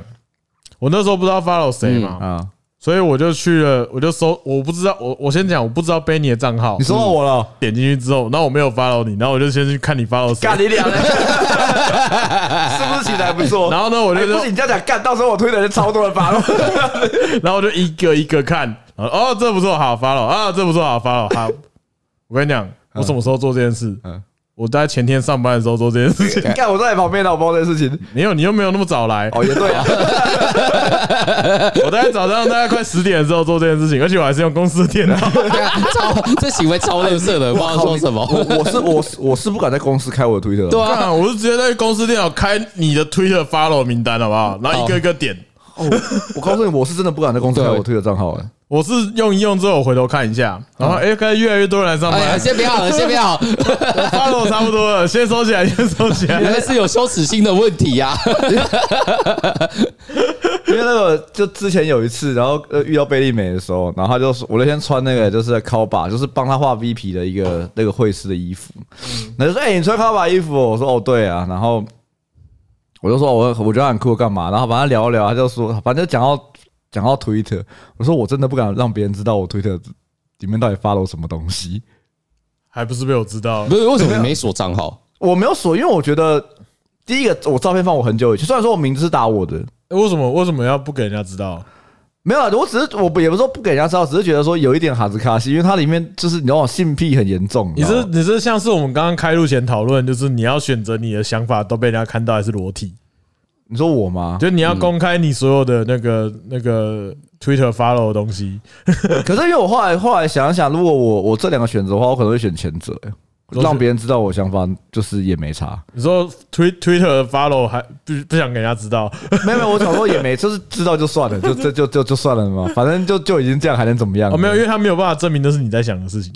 我那时候不知道 follow 谁嗯嘛，啊，所以我就去了，我就搜，我不知道，我我先讲，我不知道 Benny 的账号你，哦收到我了，点进去之后，那我没有 follow 你，然后我就先去看你 follow 谁干，你 [LAUGHS] 俩嘞，是不是其实还不 [LAUGHS] 错？然后呢，我哎就不是你这样讲，干，到时候我推的人超多人 follow。然后我就一个一个看，然后哦，这不错，好 follow 啊，这不错，好 follow 好。我跟你讲，我什么时候做这件事嗯？我在前天上班的时候做这件事 [LAUGHS] 情， [LAUGHS] 干，我在你旁边呢，我不知道这件事情。没有，你又没有那么早来。哦，也对啊，我大概早上大概快十点的时候做这件事情，而且我还是用公司的电 [LAUGHS] 脑。超啊这行为超乐色的，不知 [LAUGHS] 道哦说什么。我我是我是我是不敢在公司开我的推特。对啊，啊，我就直接在公司电脑开你的 Twitter follow 名单，好不好？然后一个一个点。哦，我告诉你，我是真的不敢在公司开我推特账号哎。我是用一用之后，我回头看一下，然后哎，看越来越多人来上嗯哎呀，班先不要了，先不要， [LAUGHS] ，follow 差不多了，先收起来，先收起来原。来是有羞耻心的问题啊呀、因为那个就之前有一次，然后呃遇到贝利美的时候，然后他就说，我那天穿那个就是在 c o b a 就是帮他画 V P 的一个那个会师的衣服，嗯然后就说：“哎、你穿 c o b a 衣服哦、我说：“哦，对啊。”然后我就说：“我我觉得很酷，干嘛？”然后反正聊一聊，他就说：“反正讲到讲到 Twitter，我说我真的不敢让别人知道我 Twitter 里面到底发了什么东西。还不是被我知道 [LAUGHS] 不，是为什么你没锁账号？我没有锁，因为我觉得第一个我照片放我很久以前，虽然说我名字是打我的，哎为什么为什么要不给人家知道？哦没有啊，我只是我不也不是说不给人家知道，只是觉得说有一点哈兹卡西，因为它里面就是你知道吗性癖很严重。你知道是吗你是像是我们刚刚开录前讨论，就是你要选择你的想法都被人家看到，还是裸体？你说我吗？就你要公开你所有的那个那个 Twitter follow 的东西，可是因为我后来后来想一想，如果我我这两个选择的话，我可能会选前者、欸都是让别人知道我想法，就是也 [LAUGHS] 没差。你说 Twi- Twitter 的 follow 还不不想给人家知道，没有没有，我想说也没，就是知道就算了，就就就就就算了嘛，反正就就已经这样，还能怎么样？哦，没有，嗯因为他没有办法证明那是你在想的事情。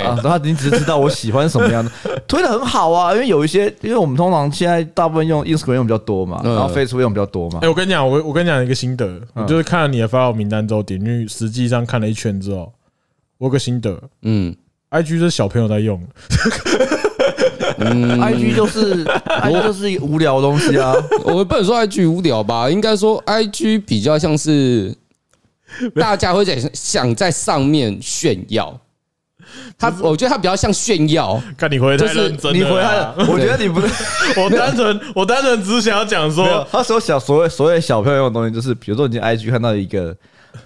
[LAUGHS] 啊，他你只是知道我喜欢什么样的，推的很好啊，因为有一些，因为我们通常现在大部分用 Instagram 用比较多嘛，嗯然后 Facebook 用比较多嘛哎，，我跟你讲，我我跟你讲一个心得，我就是看了你的 follow 名单之后，点进去实际上看了一圈之后，我有个心得嗯， ，IG 是小朋友在用， [LAUGHS] 嗯 I G 就是 I G 就是一个无聊的东西啊，我不能说 IG 无聊吧，应该说 IG 比较像是大家会在想在上面炫耀。他，我觉得他比较像炫耀，看你回得太就是认真啊你回来 [LAUGHS] 了了啦。，我觉得你不是我单纯我单纯只是想要讲 [LAUGHS] 没说有，。他说小所谓所谓小朋友用的东西，就是比如说你 I G 看到一个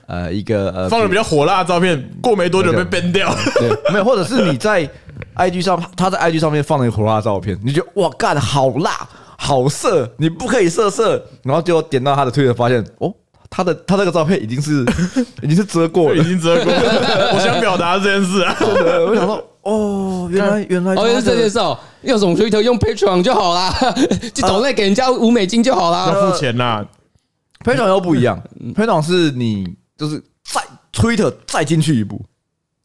呃一个呃放了比较火辣的照片，过没多久被 ban 掉了。对，没有，或者是你在 IG 上，他在 IG 上面放了一个火辣的照片，你觉得哇干好辣好色，你不可以色色，然后结果点到他的推特，发现哦，他的他那个照片已经是 [LAUGHS] 已经是遮过已了，经折过了，我想表达这件事啊。真的，我想说哦，原来原来哦，原来是这件件事哦，用什么 Twitter 用 Patreon 就好啦， [LAUGHS] 就抖内给人家五美金就好啦。要付钱啦，推广又不一样，嗯推广是你就是再推特再进去一步，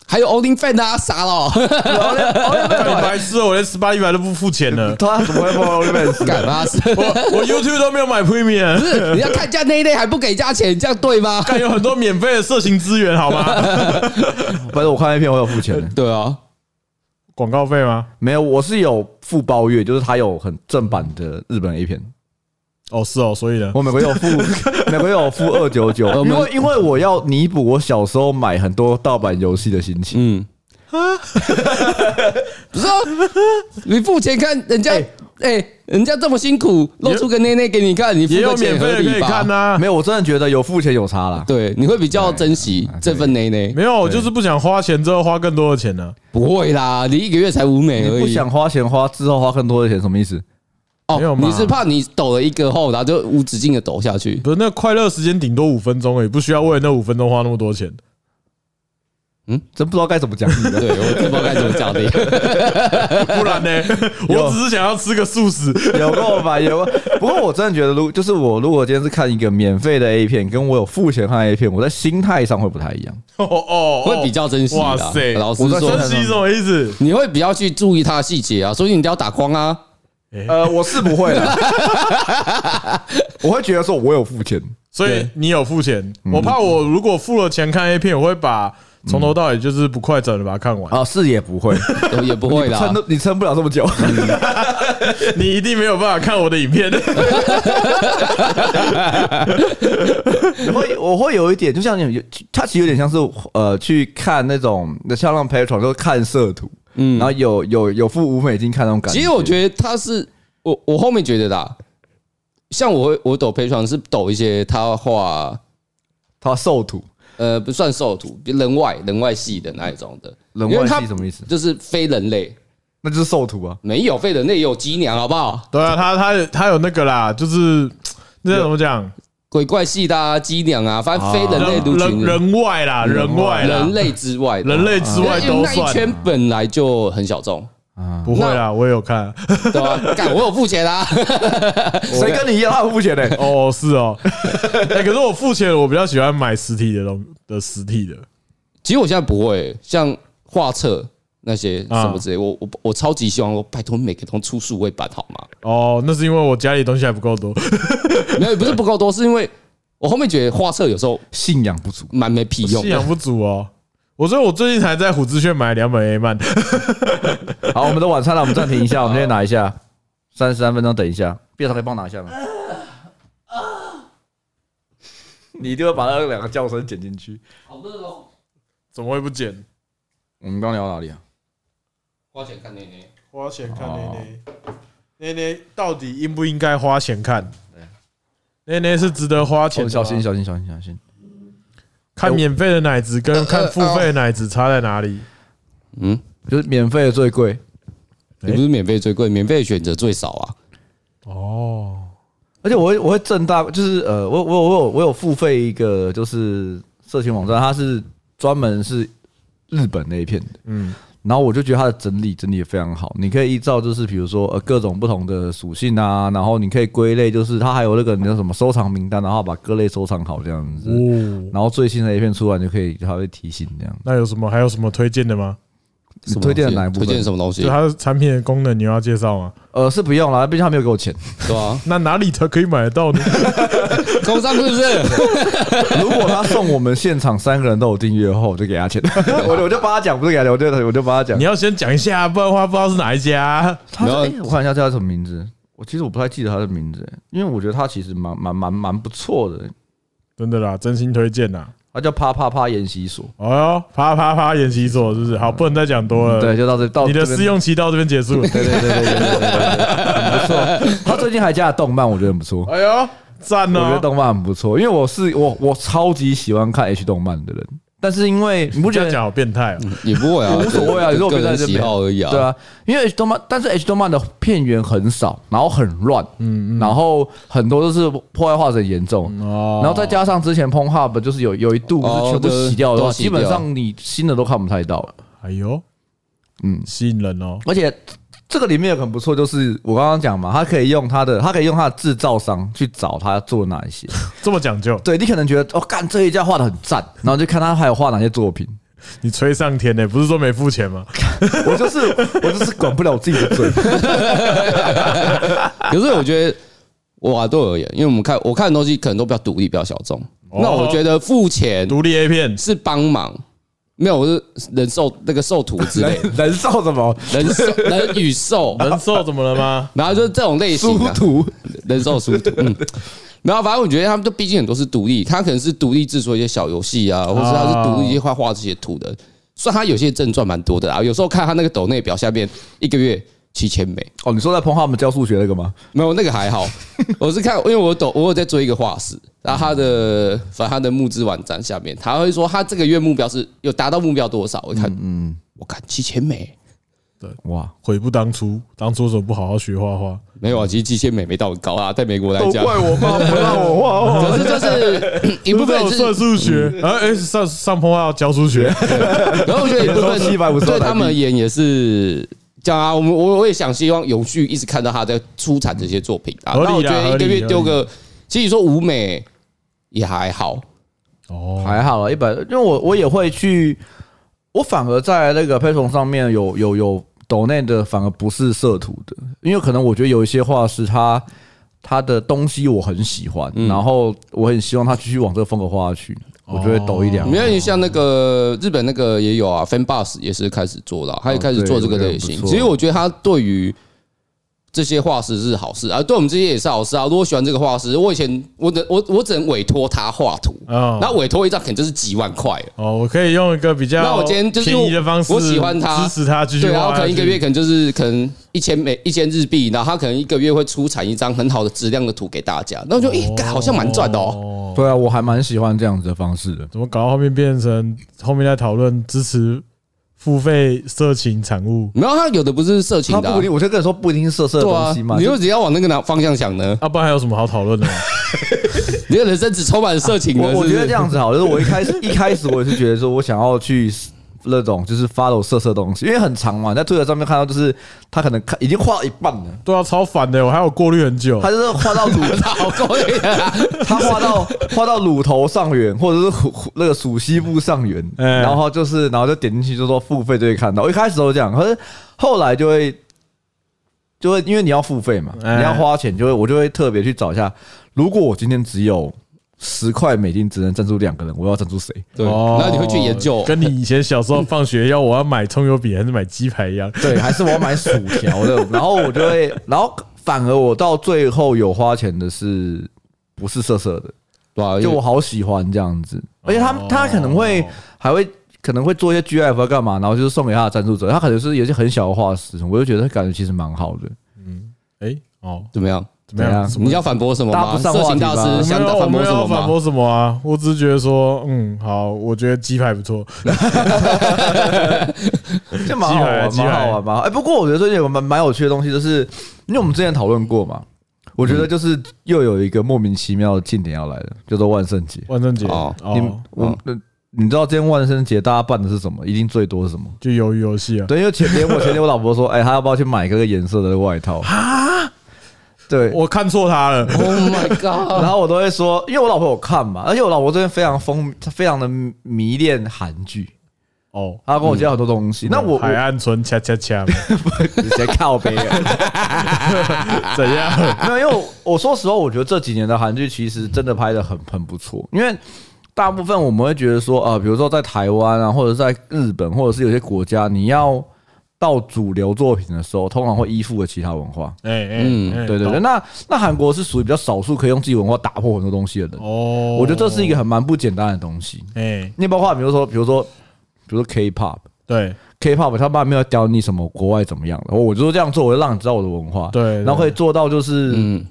还有 Only Fan 啊，傻了 [LAUGHS] 哦，干你白痴哦！我连 Spotify 都不付钱了，他怎么会放 OnlyFans？嗯干嘛是？我我 YouTube 都没有买 Premium，你要看人家那一类还不给人家钱，这样对吗？干有很多免费的色情资源，好 [LAUGHS] 吗？反正我看那篇我有付钱的，对啊，广告费吗？没有，我是有付包月，就是他有很正版的日本 A 片，哦，是哦，所以呢， [LAUGHS] 我每个月有付，每个月有付二九九，我因们为因为呃我要弥补我小时候买很多盗版游戏的心情。嗯，不是啊，你付钱看人 [LAUGHS] 家，哎，人家这么辛苦，露出个内内给你看，你付也有个免钱合费的可理以看啊吧？呐。没有，我真的觉得有付钱有差啦。对，你会比较珍惜这份内内。 [LAUGHS] 没有，我就是不想花钱之后花更多的钱啊呢。不会啦，你一个月才五美你而已。不想花钱花之后花更多的钱，什么意思？没有哦，嘛你是怕你抖了一个后，然后就无止境的抖 [LAUGHS] 下去。不是，那快乐时间顶多五分钟而已，不需要为了那五分钟花那么多 [LAUGHS] 钱。真不知道该怎么讲 [LAUGHS] 你了。对，我真不知道该怎么讲 [LAUGHS] 哦的。不然 [LAUGHS] 呢，有我只是想要吃个素食。 [LAUGHS] 有够吧？有够。不过我真的觉得，如就是我如果今天是看一个免费的 A 片，跟我有付钱看 A 片，我在心态上会不太一样。哦哦，会比较珍惜啦哇塞，老实我在说珍惜什么意思？你会比较去注意它的细节啊，所以你一定要打光啊。呃，我是不会的， [LAUGHS] 我会觉得说我有付钱。所以对嗯你有付钱，我怕我如果付了钱看 A 片，我会把从头到尾就是不快转的把它看嗯完。啊，是也不会，嗯呃也不会 [LAUGHS] 啦撑。都你撑不了这么久。你一定没有办法看我的影片。 [LAUGHS] 我会我会有一点，就像你有，它其实有点像是呃，去看那种像让 Patreon 就是看色图，嗯，然后有有有付五美金看那种感觉。其实我觉得它是我我后面觉得啦，像我会我抖陪床是抖一些他画它瘦图，呃不算兽图，人外人外系的那一种的，人因外为它系什么意思？就是非人类，那就是瘦图啊。没有非人类也有鸡娘好不好？对啊，他他他有那个啦，就是那叫怎么讲？鬼怪系的啊，鸡娘啊，反正啊非人类族人人群人外啦，人外啦人，类之外的，人类之外因为都那一算。圈本来就很小众，啊，不会啦，我也有看。对吧？干，我有付钱啊，谁跟你一样他付钱呢？哦，是哦。 [LAUGHS] 哎，可是我付钱，我比较喜欢买实体的东的实体的。其实我现在不会，像画册那些啊什么之类，我我我超级希望我拜托每个都出数位版好吗？哦，那是因为我家里东西还不够多。 [LAUGHS] 没有，不是不够多，是因为我后面觉得画册有时候信仰不 [LAUGHS] 足。蛮没屁用信仰啊的。不足哦。我所以，我最近才在虎之穴买了两本 A 漫。好，我们的晚餐了，我们暂停一下，我们先拿一 [LAUGHS] 下，三十三分钟，等一下，毕业可以帮我拿一下吗？你一定会把那两个叫声剪进去。好热哦，怎么会不剪？我们刚聊到哪里啊？花钱看内内。花钱看哦内内，内内到底应不应该花钱看？内内是值得花钱哦的小心，吗。小心，小心，小心。看免费的奶子呃跟看付费哦的奶子差在哪里？嗯，就是免费的最贵，你不是免费最贵，免费的选择最少啊。哦，而且我会我会正大，就是呃，我我我有我有付费一个就是社群网站，它是专门是日本那一片的，嗯，然后我就觉得它的整理整理也非常好，你可以依照就是比如说呃各种不同的属性啊，然后你可以归类，就是它还有那个你叫什么收藏名单，然后把各类收藏好这样子，哦，然后最新的 A 片出来你就可以它会提醒这样。那有什么还有什么推荐的吗？你什么推荐的东西哪一部分推荐什么东西就？它的产品的功能，你要介绍吗？呃，是不用啦，毕竟他没有给 [LAUGHS] 我钱。对啊，那哪里才可以买得到呢？工商是不 [LAUGHS] 是？如果他送我们现场三个人都有订阅的话，我就给他钱。 [LAUGHS] 我就我就帮他讲，不是给他钱，我就我就帮 [LAUGHS] 他讲你。要先讲一下，不然的话不知道是哪一家。他是、然后诶我看一下叫他什么名字，我其实我不太记得他的名字、诶因为我觉得他其实蛮蛮蛮蛮不错的、诶真的啦，真心推荐啦。他叫啪啪啪研习所，哦哟，啪啪啪，演习所是不是？好，不能再讲多了。嗯对，，就到这到你的这边试，用期到这边 [LAUGHS] 结束。对对对对对对对对对，很不错。他最近还加了动漫，我觉得很不错。哎呦，赞我觉得呢。动漫很不错，因为我是我我超级喜欢看 H 动漫的人，但是因为你不这觉样得讲好变态哦。也不会啊，我无所谓啊，个你说我个别在人这喜边好而已啊。对，啊，因为 H 动漫，但是 H 动漫的片源很少，然后很乱，嗯，然后很多都是破坏化很严重，然后再加上之前 p o n Hub 就是有有一度哦是全部对洗掉的话，都洗基掉本上你新的都看不太到了。哎呦，嗯嗯，吸引人哦。而且这个里面有很不错，就是我刚刚讲嘛，他可以用他的，他可以用他的制造商去找他做哪一些。这么讲究，对你可能觉得哦，干这一家画的很赞，然后就看他还有画哪些作品。你吹上天呢、不是说没付钱吗？我就是我就是管不了自己的嘴，可是我觉得，哇，对我而言，因为我们看我看的东西可能都比较独立，比较小众。哦那我觉得付钱独立 A 片，是帮忙，没有，我是人兽那个兽图之类 [LAUGHS] 的，燃烧什么人兽 [LAUGHS] 人与兽，人兽怎么了吗？然后就是这种类型殊啊，途。人兽殊途。嗯，然后反正我觉得他们都毕竟很多是独立，他可能是独立制作一些小游戏啊，或者他是独立画画这些图的，所以他有些真的赚蛮多的啊。有时候看他那个抖内表下面一个月七千美，哦，你说在碰他们教数学那个吗？没有那个 [LAUGHS] 还好，我是看，因为我抖，我有在追一个画师，然后他的反正他的募资网站下面，他会说他这个月目标是有达到目标多少，我看，嗯，我看七千美，哇，悔不当初，当初怎么不好好学画画？没有啊，其实七千美没到很高啊，在美国来都讲，怪我妈不让我画画。可是就是 [LAUGHS] 一你部不分我是算数学，啊，哎，上上坡要教数学，然后我觉 [LAUGHS] 得一部分收750对他们而言也是这样啊。我们我我也想希望永续一直看到他在出产这些作品啊。合理那啦我觉得一个月丢个，其实你说舞美也还好，哦， [LAUGHS] 还好啦，一百，因为我我也会去，我反而在那个 p a 上面有有有抖内的，反而不是色图的，因为可能我觉得有一些画师他他的东西我很喜欢，然后我很希望他继续往这个风格画下去，我就会抖一啊两。没有像那个日本那个也有啊，Fan Bus 也是开始做了，他也开始做这个哦哦对类我觉得型很。不错其实我觉得他对于这些画师是好事啊，对我们这些也是好事啊。如果喜欢这个画师，我以前我只我我只能委托他画图，哦那委托一张可能就是几万块了。哦，我可以用一个比较那我今天就是便宜的方式，我喜欢他支持他继续对，然后画可下能一个月去。可能就是可能一千美一千日币，然后他可能一个月会出产一张很好的质量的图给大家，哦那我就诶，干好像蛮赚的哦。哦。对啊，我还蛮喜欢这样子的方式的。怎么搞到后面变成后面在讨论支持付费色情产 [LAUGHS] 物然后他有的不是色情他的不一啊，定，我就跟你说不一定是色色的对东啊西嘛，，你就又只要往那个哪方向想呢？啊？不然还有什么好讨论的吗？你的人生只充满色情的，我我是不是觉得这样子 [LAUGHS] 好，就是我一开始一开始我也是觉得说我想要去那种就是 follow 色色东西，因为很长嘛，在推特上面看到就是他可能看已经画到一半了， [LAUGHS] 对啊，超烦的，我还有过滤很久他。就是画到乳， [LAUGHS] 好 [LAUGHS] 过瘾啊！他画 [LAUGHS] 到画到乳头上缘，或者是虎虎那个属西部上缘，哎然后就是然后就点进去就说付费就会看到，我一开始都这样，可是后来就会。就会因为你要付费嘛，哎你要花钱，就会我就会特别去找一下。如果我今天只有十块美金，只能赞助两个人，我要赞助谁？对，哦然后你会去研 [LAUGHS] 究，跟你以前小时候放学要我要买葱油饼还是买鸡排一样。对，还是我要买薯条的。然后我就会，然后反而我到最后有花钱的是不是色色的？对吧？就我好喜欢这样子，而且他哦他可能会还会。可能会做一些 GIF 啊干嘛，然后就是送给他的赞助者，他可能是有些很小的画师，我就觉得感觉其实蛮好的。哎，哦，怎么样？怎么样？怎什么你要反驳什么搭吗？不上色话情题吧大师想我反没驳有什要么反吗？驳什么啊，我只是觉得说，嗯，好，我觉得鸡排不错。这蛮好玩，鸡排蛮好玩，蛮好。哎，不过我觉得最近有个蛮蛮有趣的东西，就是因为我们之前讨论过嘛，我觉得就是又有一个莫名其妙的庆典要来了，叫做万圣节。万圣节哦你哦，我你知道今天万圣节大家办的是什么？一定最多是什么？就鱿鱼游戏啊。对，因为前天我前天我老婆说，哎、她要不要去买一个颜色的外套？ [LAUGHS] 啊，对。我看错他了， Oh my [LAUGHS] god！然后我都会说，因为我老婆有看嘛，而且我老婆最近非常疯，她非常的迷恋韩剧，哦，她跟我介绍很多东西。那我海我岸村恰恰恰 [LAUGHS] 你在靠背啊？怎 [LAUGHS] 样？ [LAUGHS] 没有，因为我我说实话，我觉得这几年的韩剧其实真的拍的很很不错，因为大部分我们会觉得说，啊，比如说在台湾啊，或者在日本，或者是有些国家，你要到主流作品的时候，通常会依附了其他文化。哎哎，嗯哎对对对，，那那韩国是属于比较少数可以用自己文化打破很多东西的人，懂哦，我觉得这是一个很蛮不简单的东西。哎，你包括比如说，比如说，比如说 K-pop，K-pop 对他爸没有教你什么国外怎么样的，我就这样做，我就让你知道我的文化，对对然后可以做到就是嗯，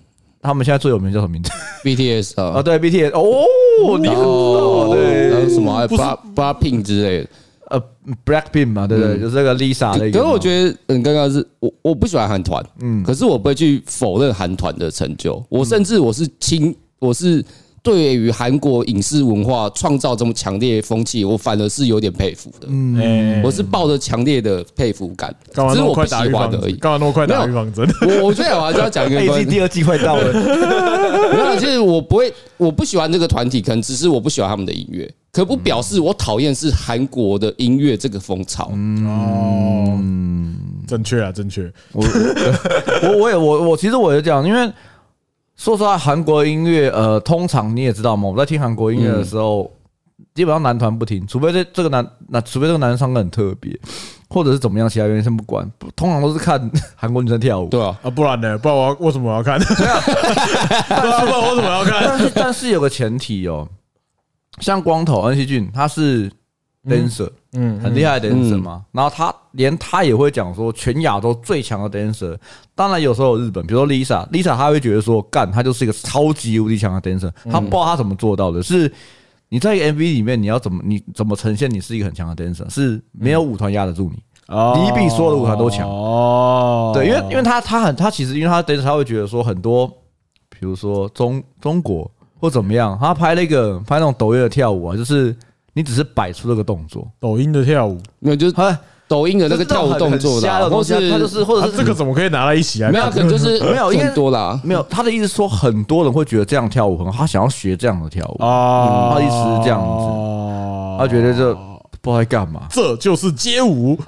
他们现在最有名叫什么名字？[LAUGHS] BTS 啊，啊，对，BTS。哦，你很然知道后对，还有什么还有不是 Bra Bra Pink 之类的。呃，Blackpink 嘛，对不对？就是这个 Lisa 的一个可嗯可嘛。是我觉得很尴尬，是我我不喜欢韩团，嗯，可是我不会去否认韩团的成就，我甚至我是亲，我是对于韩国影视文化创造这么强烈风气，我反而是有点佩服的，哎我是抱着强烈的佩服感，干嘛只那是么我不快喜打预欢防而针？已。干嘛那么快打预防针？ [LAUGHS] 我我觉得我还是要讲一个，A 关 G 第二季快到了， [LAUGHS] 没有，就是我不会，我不喜欢这个团体，可能只是我不喜欢他们的音乐，可不表示我讨厌是韩国的音乐这个风潮。嗯哦，正确啊，正确。我 [LAUGHS] 我我也我我其实我也这样，因为说实话，韩国音乐呃，通常你也知道嘛，我在听韩国音乐的时候，基本上男团不听，除非这这个男那除非这个男生唱歌很特别，或者是怎么样，其他原因先不管，不通常都是看 [LAUGHS] 韩国女生跳舞。对啊，啊，不然呢？不然我要为什么我要看？ [LAUGHS] 对啊，不然我为什么要看？但是但是有个前提哦，像光头恩熙俊他是 dancer， [LAUGHS] 嗯很厉害的 dancer 嗯嘛，然后他连他也会讲说全亚洲最强的 dancer，当然有时候有日本，比如说 Lisa，Lisa 她会觉得说干，她就是一个超级无敌强的 dancer，她不知嗯道她怎么做到的，是你在一个 MV 里面你要怎么你怎么呈现你是一个很强的 dancer，是没有舞团压得住你，你比所有的舞团都强嗯哦，对，因为因为他他很他其实因为他 dancer 他会觉得说很多，比如说中中国或怎么样，他拍那个拍那种抖音的跳舞啊，就是你只是摆出这个动作，抖音的跳舞，没有就是他抖音的那个跳舞动就是作这种很很瞎啦，的或东西啊，他就是或啊者是这个怎么可以拿在一起来没有，看？[LAUGHS] 可能就是没有应该更多啦。没有他的意思说，很多人会觉得这样跳舞很好，他想要学这样的跳舞，啊，他意思是这样子子，他觉得这不知道在干嘛这就是街舞，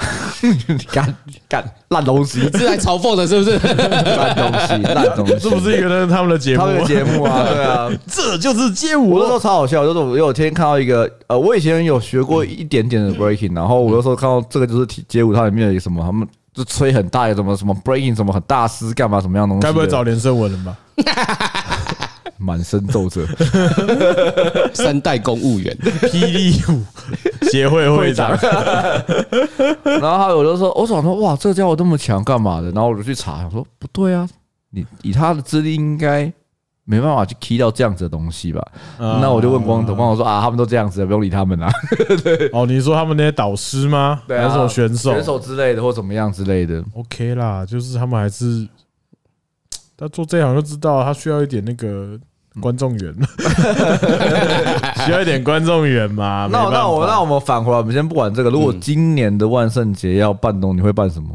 [LAUGHS] 干干烂东 [LAUGHS] 西，是来嘲讽的，是 [LAUGHS] 不是？烂东西，烂 [LAUGHS] 东西，是不是一个人他们的节目他？们的节目啊？对啊，这就是街 [LAUGHS] 我那时舞候超好笑，就是我有一天看到一个呃，我以前有学过一点点的 breaking，然后我那时候看到这个就是体街舞，它里面有一个什么，他们就吹很大，有什么什么 breaking，什么很大师干嘛，什么样的东西的，该不会找连胜文了 [LAUGHS] 吧？满身皱褶三代公务员，霹雳舞协会会长， [LAUGHS] 然后还有的时候，我想说哇，这个家伙这么强干嘛的？然后我就去查，想说不对啊，你以他的资历应该没办法去 key 到这样子的东西吧？ [LAUGHS] 啊那我就问光头，光头说啊，他们都这样子，不用理他们啊啦、哦，你说他们那些导师吗？对啊，还是什么选手？选手之类的或怎么样之类的。 OK 啦，就是他们还是他做这行就知道，他需要一点那个观众 [LAUGHS] 缘，需要一点观众缘嘛。那我那我那我我们返回来，我们先不管这个。如果今年的万圣节要办东，你会办什么？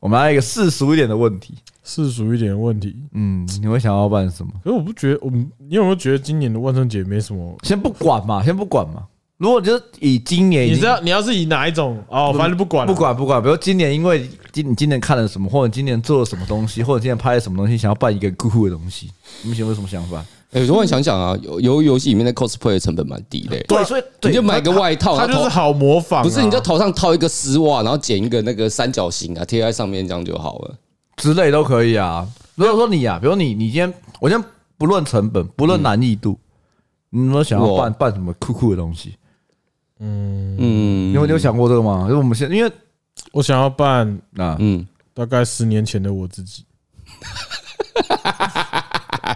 我们来一个世俗一点的问题，世俗一点问题，嗯，你会想要办什么？可是我不觉得，我们你有没有觉得今年的万圣节没什么？先不管嘛，先不管嘛。如果就是以今年已你经，知道你要是以哪一种哦，反正不管哎不管不管，比如今年因为今你今年看了什么，或者今年做了什么东西，或者今年拍了什么东西，想要办一个酷的东西，你们有没有什么想法？哎，我突然想想啊，游游游戏里面的 cosplay 的成本蛮低的欸，对，所以你对就买个外套，他然后就是头好模仿啊，不是你就头上套一个丝袜，然后剪一个那个三角形啊，贴在上面这样就好了。之类都可以啊。如果说你啊，比如你你今天我今天不论成本，不论难易度，你有没有想要办办什么酷酷的东西？嗯 [LAUGHS] 你有你有想过这个吗？因为我们现因为我想要扮啊，嗯，大概十年前的我自己，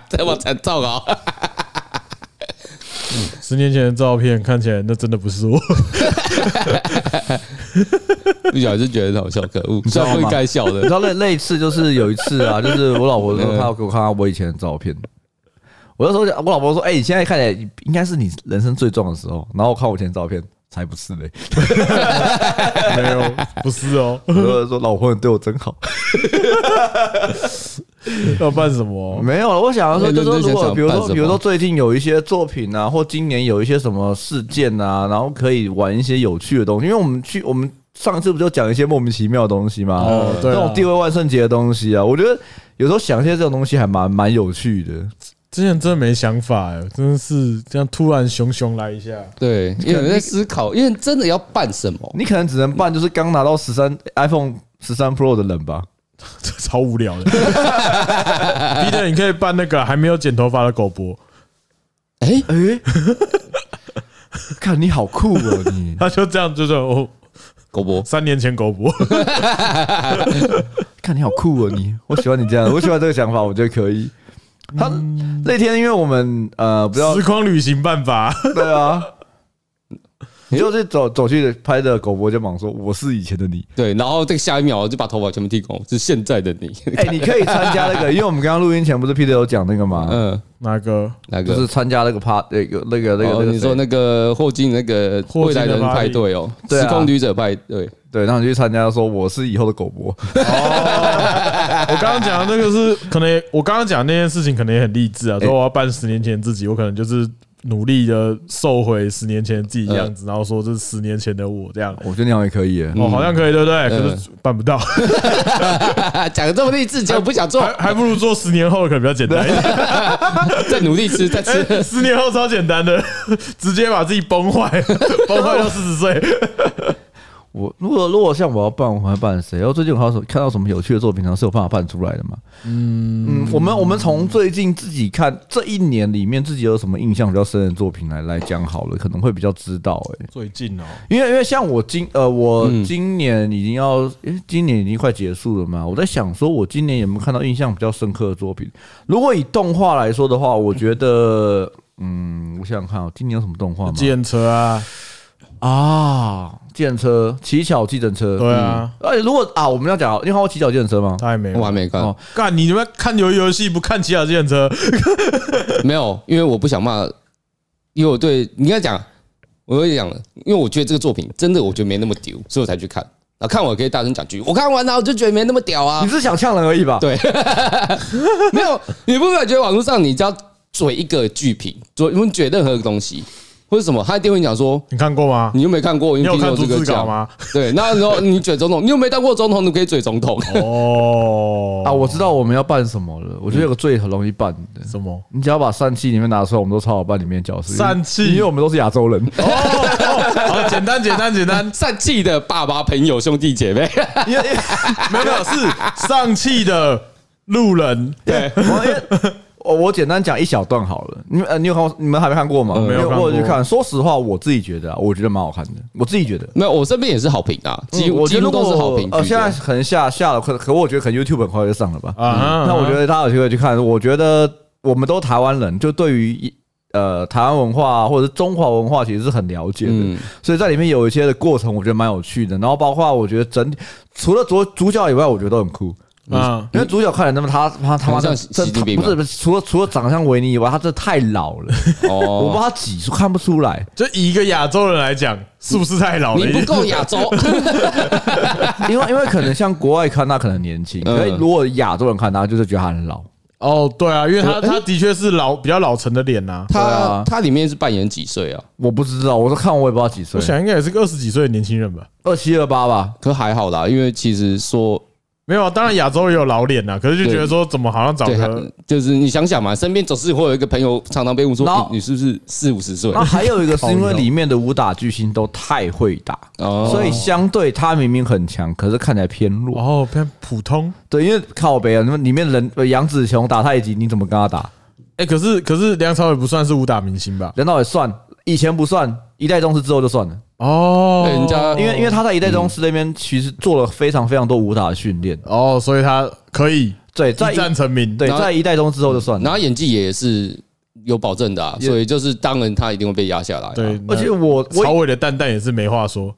这我才糟糕。 [LAUGHS] 十年前的照片看起来那真的不是我， [LAUGHS] 不小心觉得很好笑，可恶，知道吗虽然不应该笑你知的。道类类似就是有一次啊，就是我老婆说她要给我看她我以前的照片，我那时候就我老婆说，哎，你现在看起来应该是你人生最壮的时候，然后我看我以前的照片。才不是嘞！没有，不是哦。 [LAUGHS] 我就说老婆你对我真好，要扮什么？哦没有了。我想要说，哎就是说，认真如果想比如办说，什比如说么最近有一些作品啊，或今年有一些什么事件啊，然后可以玩一些有趣的东西。因为我们去，我们上次不就讲一些莫名其妙的东西吗？哦对那啊种地位万圣节的东西啊，我觉得有时候想一些这种东西还蛮蛮有趣的。之前真的没想法、欸，真的是这样突然熊熊来一下， [LAUGHS] 对，因为我在思考，因为真的要办什么？你可能只能办就是刚拿到十三 iPhone 十三 Pro 的人吧。这超无聊的。Peter，你可以扮那个还没有剪头发的狗博，哎，哎、 [LAUGHS] 看你好酷哦，你他就这样，就是哦，狗博，三年前狗博， [LAUGHS] 看你好酷哦，你我喜欢你这样，我喜欢这个想法，我觉得可以。他那天因为我们呃不要时空旅行办法， [LAUGHS] 对 [LAUGHS] 啊，你就是走走去拍着狗博肩膀说我是以前的 [LAUGHS] 你，对，然后这个下一秒我就把头发全部剃光，是现在的你。哎，你可以参加那个，因为我们刚刚录音前不是 Peter 有讲那个嘛， [LAUGHS] 嗯，哪个？哪就个？是参加那个趴那个那个那个哦那个你谁说那个霍金那个霍未金的来人巴派黎对哦，对啊时空旅者派对， [LAUGHS] 对，然后你去参加说我是以后的狗博， [LAUGHS] 我刚刚讲的那个是可能也，我刚刚讲那件事情可能也很励志啊，说我要扮十年前的自己，我可能就是努力的瘦回十年前的自己的样子，然后说这是十年前的我这样。我觉得你好像也可以耶，哦，好像可以，对不对？可是办 [LAUGHS] 不到，讲的这么励志，结果不想做 [LAUGHS] 还，还不如做十年后可能比较简单一点。再努力吃，再吃。 [LAUGHS] [LAUGHS] 哎十年后超简单的， [LAUGHS] 直接把自己崩 [LAUGHS] 坏，崩坏到四十岁。我如果如果像我要办，我还办谁？然后最近我看到看到什么有趣的作品，然后是有办法办出来的嘛？嗯我们我们从最近自己看这一年里面自己有什么印象比较深的作品来来讲好了，可能会比较知道哎、最近 [LAUGHS] 哦，因为因为像我今呃我今年已经要、诶今年已经快结束了嘛，我在想说我今年有没有看到印象比较深刻的作品？如果以动画来说的话，我觉得嗯，我想想看哦，今年有什么动画吗？计程车啊，啊，计程车，乞巧计程车，对啊嗯。而且如果啊，我们要讲，你看过乞巧计程车吗？他还没我还没看哦，干，你们看游游戏不看骑脚计程车？没有，因为我不想骂，因为我对你应该讲，我会讲了，因为我觉得这个作品真的，我觉得没那么屌，所以我才去看。然后看我可以大声讲句，我看完了，我就觉得没那么屌啊你。是想呛人而已吧？对 [LAUGHS] 没有，你不感觉网络上你只要嘴一个剧评，嘴你嘴任何东西或者什么，他一定会讲说你看过吗？你又没看过，你你有听看过逐这个字稿讲？吗？对，那然后你嘴总统，你又没当过总统，你可以嘴总统。 [LAUGHS] 哦，啊，我知道我们要办什么了。我觉得有个最容易办嗯的，什么？你只要把疝气里面拿出来，我们都超好办里面的角色。疝气因为我们都是亚洲 [LAUGHS] 人，哦哦，好，简单，简单，简 [LAUGHS] 单，善气的爸爸、朋友、兄弟姐妹， [LAUGHS] 因为因为没有，没有，是上汽的路人，对，我因为我 [LAUGHS] 我简单讲一小段好了。你们呃，你有看过？你们还没看过吗？呃没有因为看过我有去看。说实话，我自己觉得啊，我觉得蛮好看的。我自己觉得，没有，我身边也是好评啊，几嗯乎我觉几得乎如果都是好评居多。呃，现在可能下下了，可可我觉得可能 YouTube 很快就上了吧。啊那我觉得大家有机会去看。我觉得我们都台湾人，就对于一呃台湾文化啊或者是中华文化其实是很了解的，嗯所以在里面有一些的过程，我觉得蛮有趣的。然后包括我觉得整体除了主主角以外，我觉得都很酷。嗯啊，因为主角看起来那么他他他妈很的像习这近平不吗是不是除了除了长相维尼以外，他真的太老了， [LAUGHS] 我不知哦，道他几岁看不出来。就以一个亚洲人来讲，是不是太老了哎你一点？不够 [LAUGHS] 亚洲，因为因为可能像国外看他可能年轻，嗯可是如果亚洲人看他就是觉得他很老。哦，对啊，因为他他的确是老比较老成的脸呐。啊他他里面是扮演几岁啊？我不知道，我说看我也不知道几岁我，想应该也是个二十几岁的年轻人吧。二七二八吧。可还好啦，因为其实说没有啊，当然亚洲也有老脸呐，可是就觉得说怎么好像找对个，就是你想想嘛，身边总是会有一个朋友常常被问说然后你你是不是四五十岁那？还有一个是因为里面的武打巨星都太会打，哦所以相对他明明很强，可是看起来偏弱。哦，偏普通。对，因为靠北啊，那么里面人呃杨紫琼打太极，你怎么跟他打？哎，可是可是梁朝伟不算是武打明星吧？人道也算，以前不算，一代宗师之后就算了，哦，人家因为因为他在一代宗师那边其实做了非常非常多武打的训练。哦，所以他可以对，在一战成名。对然后在一代宗师之后就算了。然后演技也是有保证的啊，也所以就是当然他一定会被压下来啊。对，而且我那朝我伟的蛋蛋也是没话说。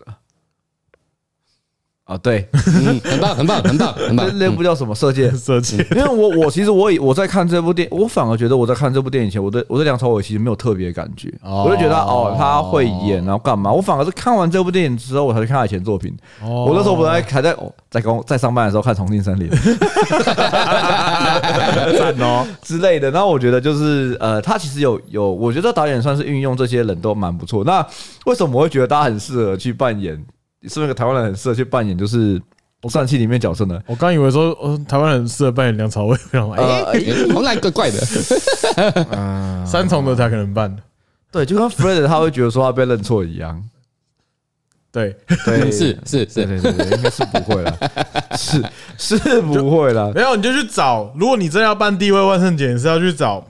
啊， [LAUGHS] 对，嗯，很棒，很棒，很棒，很那 [LAUGHS] 棒。那部叫什么射箭？设 [LAUGHS] 计因为我我其实我以我在看这部电，我反而觉得我在看这部电影前，我对我对梁朝伟其实没有特别的感觉，哦我就觉得哦他会演，然后干嘛？我反而是看完这部电影之后，我才去看他以前作品。 [LAUGHS] 哦我那时候本来还在哦在工在上班的时候看《重庆森林》 [LAUGHS] 赞哦， [LAUGHS] 之类的，然后我觉得就是呃，他其实有有，我觉得导演算是运用这些人都蛮不错。那为什么我会觉得他很适合去扮演？是不是个台湾人很适合去扮演就是《上期里面角色呢？我刚以为说，呃台湾人适合扮演梁朝伟，然后哎，呃，好像怪怪的，[LAUGHS] 嗯三重的才可能扮。对，就跟 Fred 他会觉得说他被认错一样。对，对， [LAUGHS] 是是对是，对对对，应该是不会了， [LAUGHS] 是是不会了。没有你就去找，如果你真的要办地位万圣节，你是要去找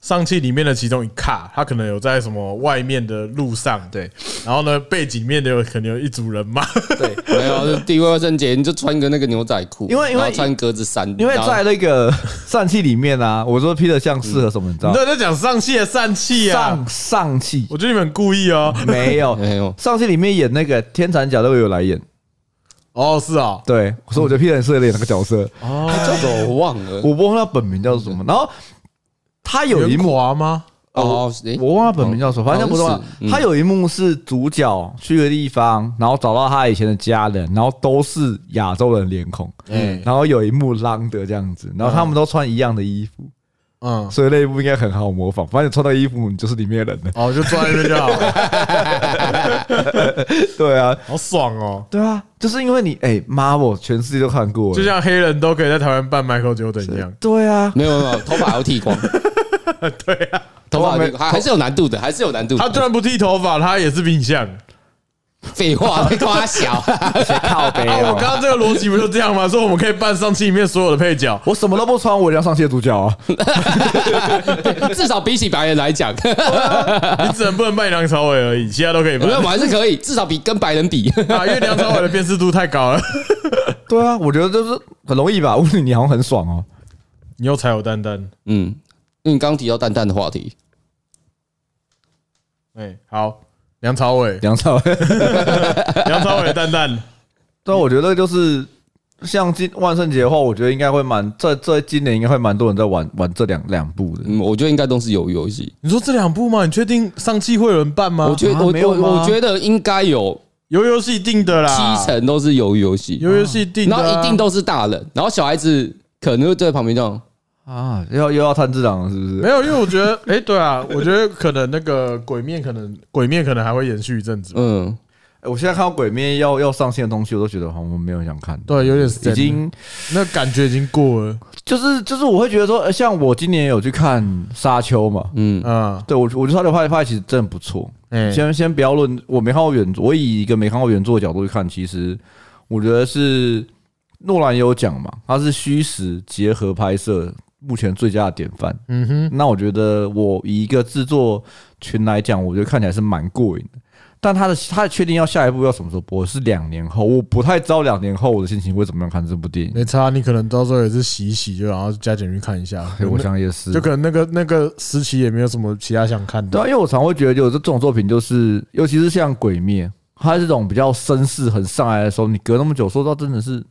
上汽里面的其中一卡，他可能有在什么外面的路上，对，然后呢，背景面的有可能有一组人骂，对，没有，第一万圣节你就穿个那个牛仔裤，因为因为然后穿格子衫，因为然后在那 [LAUGHS] 个疝气里面啊，我说 Peter 像适合什么，你知道 [LAUGHS] 你吗？都在讲上汽的疝气嗯啊上，上气我觉得你们很故意哦。没 [LAUGHS] 有，没有上气里面演那个天蚕角都有来演，哦，是哦，对，所以我觉得 Peter 很适合演那个角色。哦，叫什么我忘了我忘了他本名叫什么，然后他有一袁幕，华吗？哦，诶我忘了本名叫什么，反正不重要好像是。嗯他有一幕是主角去个地方，然后找到他以前的家人，然后都是亚洲人脸孔，嗯然后有一幕浪的这样子，然后他们都穿一样的衣服，嗯，所以那一幕应该很好模仿。反正你穿到衣服，你就是里面的 [LAUGHS] 人了。哦，就坐在那边就好 [LAUGHS] 了，对啊，好爽哦。对啊，就是因为你哎，Marvel 全世界都看过了，就像黑人都可以在台湾扮 Michael Jordan 一样，对啊，没有没有没有，头发还要剃光， [LAUGHS] 对啊，头发还要剃头发没光还还是有难度的，还是有难度的。他就算不剃头发，他也是比你像。废话，夸小， [LAUGHS] 靠背 [LAUGHS] 啊，我哦。刚刚这个逻辑不就这样吗？说我们可以扮上期里面所有的配 [LAUGHS] 角，我什么都不穿，我也要上线主角啊！至少比起白人来 [LAUGHS] 讲，你只能不能扮梁朝伟而已，其他都可以没扮有，。我还是可以，至少比跟白人比。啊，因为梁朝伟的辨识度太高了。对啊，我觉得就是很容易吧。问你，你好像很爽哦。你又才有蛋 [LAUGHS] 蛋，嗯，因为你刚刚提到蛋蛋的话题，哎，好，梁朝 [LAUGHS] 伟，梁朝伟，梁朝伟的蛋蛋，嗯但啊我觉得就是像今万圣节的话，我觉得应该会蛮这这今年应该会蛮多人在玩玩这两两部的。嗯，我觉得应该都是有游戏。你说这两部吗？你确定上期会有人办吗？我觉得啊我没有吗啊我我觉得应该有游游戏定的啦，七成都是有游戏，游游戏定的然啊，后一定都是大人，然后小孩子可能会在旁边这样。啊，又又要炭治郎了是不没是？有，因为我觉得，哎，对啊，我觉得可能那个鬼面，可能鬼面可能还会延续一阵子吧。嗯，哎我现在看到鬼灭要要上线的东西，我都觉得好像我没有很想看。对，有点已经那感觉已经过了，就是就是我会觉得说，呃像我今年有去看沙丘嘛，嗯，啊，对我我觉得沙丘派派其实真的不错。哎，先先不要论，我没看过原作，我以一个没看过原作的角度去看，其实我觉得是诺兰也有讲嘛，他是虚实结合拍摄目前最佳的典范。嗯哼，那我觉得我以一个制作群来讲，我觉得看起来是蛮过瘾的。但他的他的确定要下一步要什么时候播是两年后，我不太知道两年后我的心情会怎么样看这部电影。没差，你可能到时候也是洗一洗，就然后加减去看一下对，。哎我想也是就。可能那个那个时期也没有什么其他想看对啊，的，因为我常会觉得，有这种作品，就是尤其是像《鬼灭》，它这种比较绅士很上来的时候，你隔那么久，说到真的是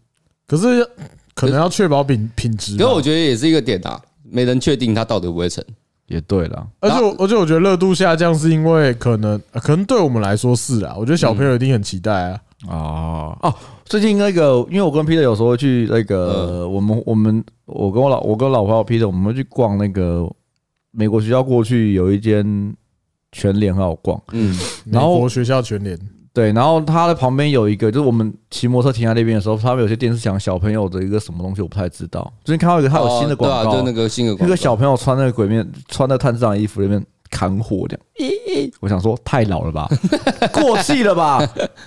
可是可能要确保品品质吧。可是我觉得也是一个点啊，没人确定他到底会不会成。也对了，而且我而且我觉得热度下降是因为可能呃可能对我们来说是啦，我觉得小朋友一定很期待啊。哦哦，最近那个，因为我跟 Peter 有时候会去那个，嗯我们我们我跟我老我跟我老婆还有 Peter，我们会去逛那个美国学校过去有一间全联很好逛，嗯，美然后国学校全联，对，然后它的旁边有一个，就是我们骑摩托车停在那边的时候，他们有些店是讲小朋友的一个什么东西，我不太知道。最近看到一个，它有新的广哦对啊，告就，那个新的广告那个小朋友穿那个鬼面，穿那炭治郎的衣服那边扛火这样，咦我想说太老了 [LAUGHS] 吧，过气了吧，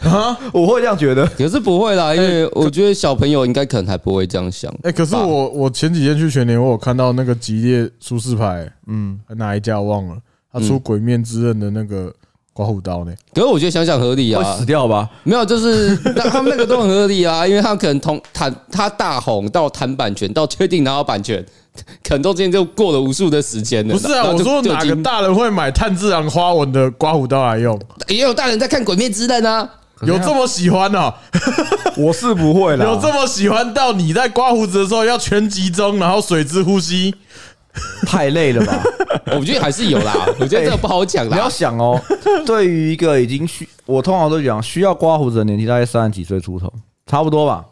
啊我会这样觉得。可是不会啦，因哎为我觉得小朋友应该可能还不会这样想。哎，可是我我前几天去全联，我有看到那个吉列舒适牌，嗯，哪一家我忘了，他出《鬼面之刃》的那个刮胡刀呢？可是我觉得想想合理会啊死，掉吧？没有，就是 [LAUGHS] 那他们那个都很合理啊，因为他们可能同谈他大红到谈版权到确定拿到版权，可能中间就过了无数的时间了。不是啊，然后我就说哪就已个经大人会买炭治郎花纹的刮胡刀来啊用？也有大人在看《鬼灭之刃》啊，有这么喜欢哦、我是不会啦。有这么喜欢到你在刮胡子的时候要全集中，然后水之呼吸？太累 [LAUGHS] 了吧？我觉得还是有啦。我觉得这个不好讲哎你要啦。想哦，对于一个已经需，我通常都讲需要刮胡子的年纪，大概三十几岁出头，差不多吧。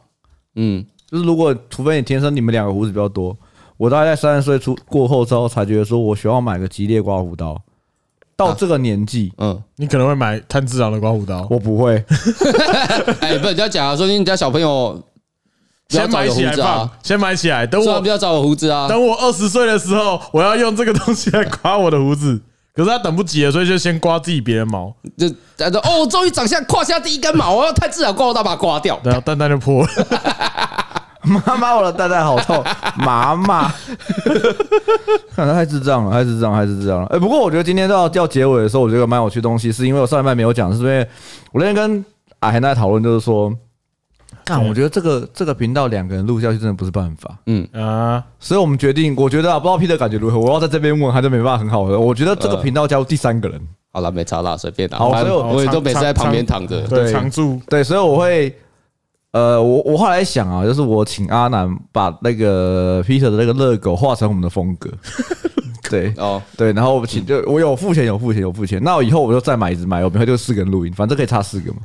嗯，就是如果除非你天生你们两个胡子比较多，我大概在三十岁出过后之后才觉得说我需要买个激烈刮胡刀。到这个年纪，嗯， [LAUGHS] 你可能会买炭治郎的刮胡刀，我不会。哎，不，人家讲啊，说不定人家小朋友不要先找买有起胡来子放啊，，先买起来，等说我不要找有胡子啊。等我二十岁的时候，我要用这个东西来刮我的胡子。可是他等不及了，所以就先刮自己别人毛，就他说哦，终于长下胯下第一根毛，我要太自然刮，我要把它刮掉。然后蛋蛋就破了。妈妈，我的蛋蛋好痛，妈妈，看来太智障了，太智障，太智障了。哎、不过我觉得今天到到结尾的时候，我觉得蛮有趣的东西，是因为我上一半没有讲，是因为我那天跟阿涵在讨论，就是说，看，对我觉得这个这个频道两个人录下去真的不是办法，啊，所以我们决定，我觉得啊，不知道 P 的感觉如何，我要在这边问，他就没办法很好了。我觉得这个频道加入第三个人，好了，没差啦，随便啦。好反所以正我我也常都每次在旁边躺着。对，对常驻对，所以我会，呃，我我后来想啊，就是我请阿南把那个 Peter 的那个热狗画成我们的风 [LAUGHS] 格，对哦，对，然后我请就我有付钱，有付钱，有付钱，那我以后我就再买一只买，我们以后就四个人录音，反正可以差四个嘛。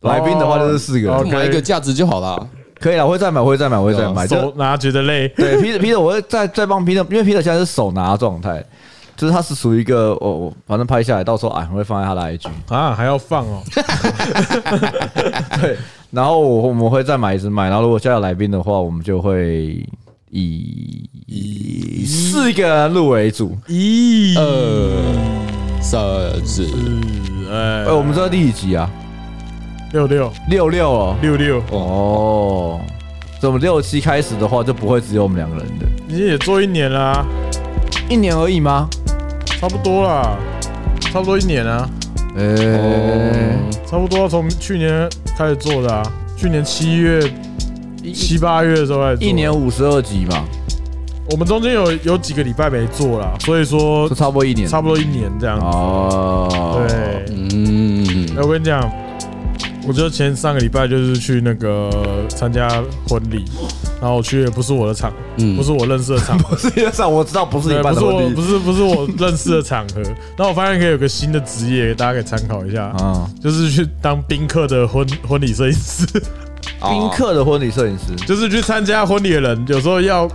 来宾的话就是四个哦人，买一个价值就好啦。可以了，我会再买，我会再买，我会再买，就手拿觉得累，对 Peter Peter，我会再再帮 Peter，因为 Peter 现在是手拿状态，就是他是属于一个我我反正拍下来，到时候哎俺会放在他的 IG。啊，还要放哦，对，然后我我们会再买一只麦，然后如果下有来宾的话，我们就会以以四个人入为主。咦，呃，三四哎哎、，我们这第几集啊？六六六六哦，六六，哦，所以我们六七开始的话，就不会只有我们两个人的，你也做一年啦，一年而已吗？差不多啦，差不多一年啊，呃、哦差不多从去年开始做的啊，去年七月七一八月的时候开始做，一年五十二集嘛，我们中间有有几个礼拜没做啦，所以说就差不多一年，差不多一年这样子。哦，对，嗯，哎我跟你讲，我就前上个礼拜就是去那个参加婚礼，然后我去的不是我的场，嗯不是我认识的场合，世界上我知 [LAUGHS] 道不是对一般不的是我，问不题，是不是我认识的场 [LAUGHS] 合。然后我发现可以有个新的职业，大家可以参考一下，啊，就是去当宾客的婚婚礼摄影师， [LAUGHS] 哦宾客的婚礼摄影师，就是去参加婚礼的人，有时候要。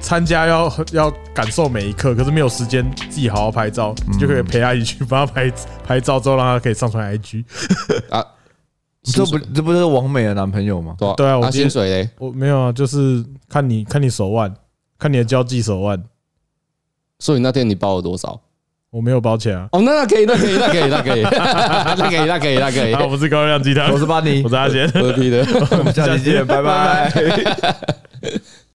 参加要要感受每一刻，可是没有时间自己好好拍照，你就可以陪他一起去帮他拍拍照，之后让他可以上传 IG。啊，这薪不水这不是王美的男朋友吗？对啊对啊我啊，今天薪水嘞， [LAUGHS] 我没有啊，就是看你看你手腕，看你的交际手腕。所以那天你包了多少？我没有包起来 [LAUGHS] 啊，哦，那那可以，那可以，那可 [LAUGHS] 以，那 [LAUGHS] 可以，那可以，那可以，那可以啊，，我是高热量鸡汤，我是班尼我，是阿贤。何必呢？我们下期见，拜拜。